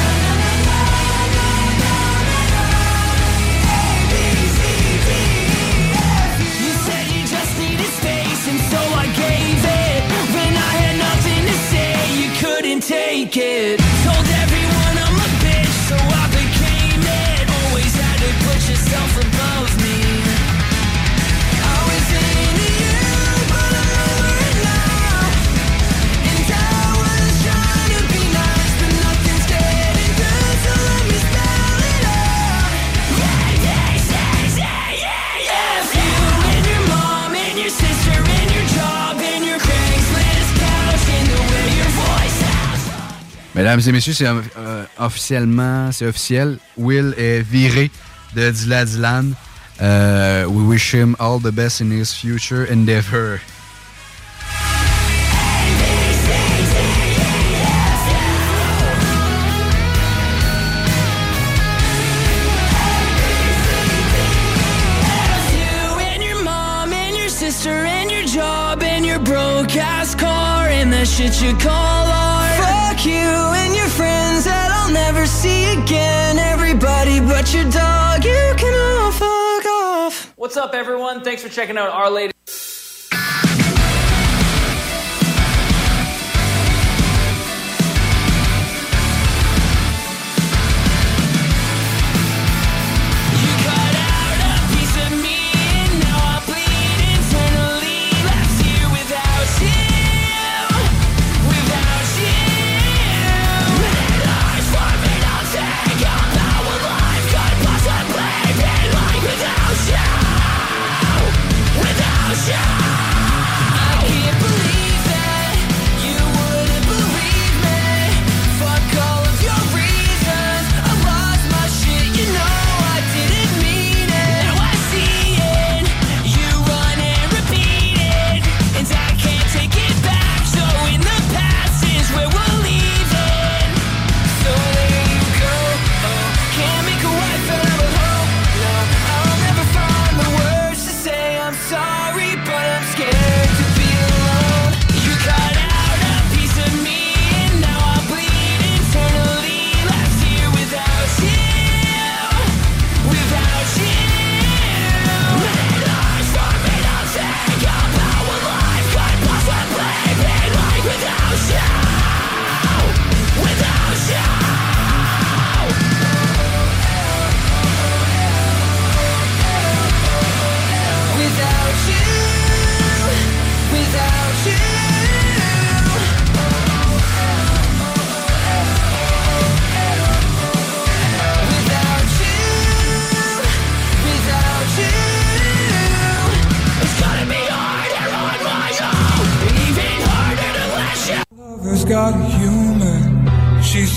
Speaker 21: You said you just needed space, and so I gave it. When I had nothing to say, you couldn't take it. Told everyone I'm a bitch, so I became it. Always had to put yourself above me. I was into you, but I'm over it now. And I was trying to be nice, but nothing's getting through, so let me spell it out. F you and your mom and your sister and your job and your Craigslist couch and the way your voice sounds.
Speaker 4: Mesdames et messieurs, c'est euh, officiellement, c'est officiel. Will est viré de Dila Dylan. Euh, we wish him all the best in his future endeavor.
Speaker 21: You and your mom and your sister and your job and your broke ass car and the shit you call art.
Speaker 1: Fuck you and your friends that I'll never see again. Everybody but your dog, you can all fuck off.
Speaker 22: What's up, everyone? Thanks for checking out Our Lady.
Speaker 21: Piece of me and now I bleed internally. Left here without you, without you. Lies for me to take on the one life could possibly be like without you, without you. I can't believe it. You wouldn't believe me. Fuck all of your reasons. I lost my shit. You know I didn't mean it. Now I see it. You run and repeat it, and I can't take it back. So in the past is where we're leaving. So there you go. Oh, can't make a wife out of a hoe. No, I'll never find the words to say I'm sorry, but I'm scared to be alone. You cut out a piece of me, and now I bleed internally. Left here without you, without you. It lies for me to take on how a life could possibly be like without you, without you. Without you, without you. Without you, without you. It's gonna be harder on my own, even harder to let you.
Speaker 23: Lover's got humor. She's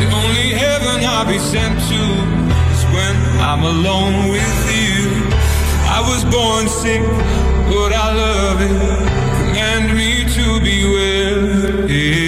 Speaker 23: The only heaven I'll be sent to is when I'm alone with you. I was born sick, but I love it. Command me to be well. Yeah.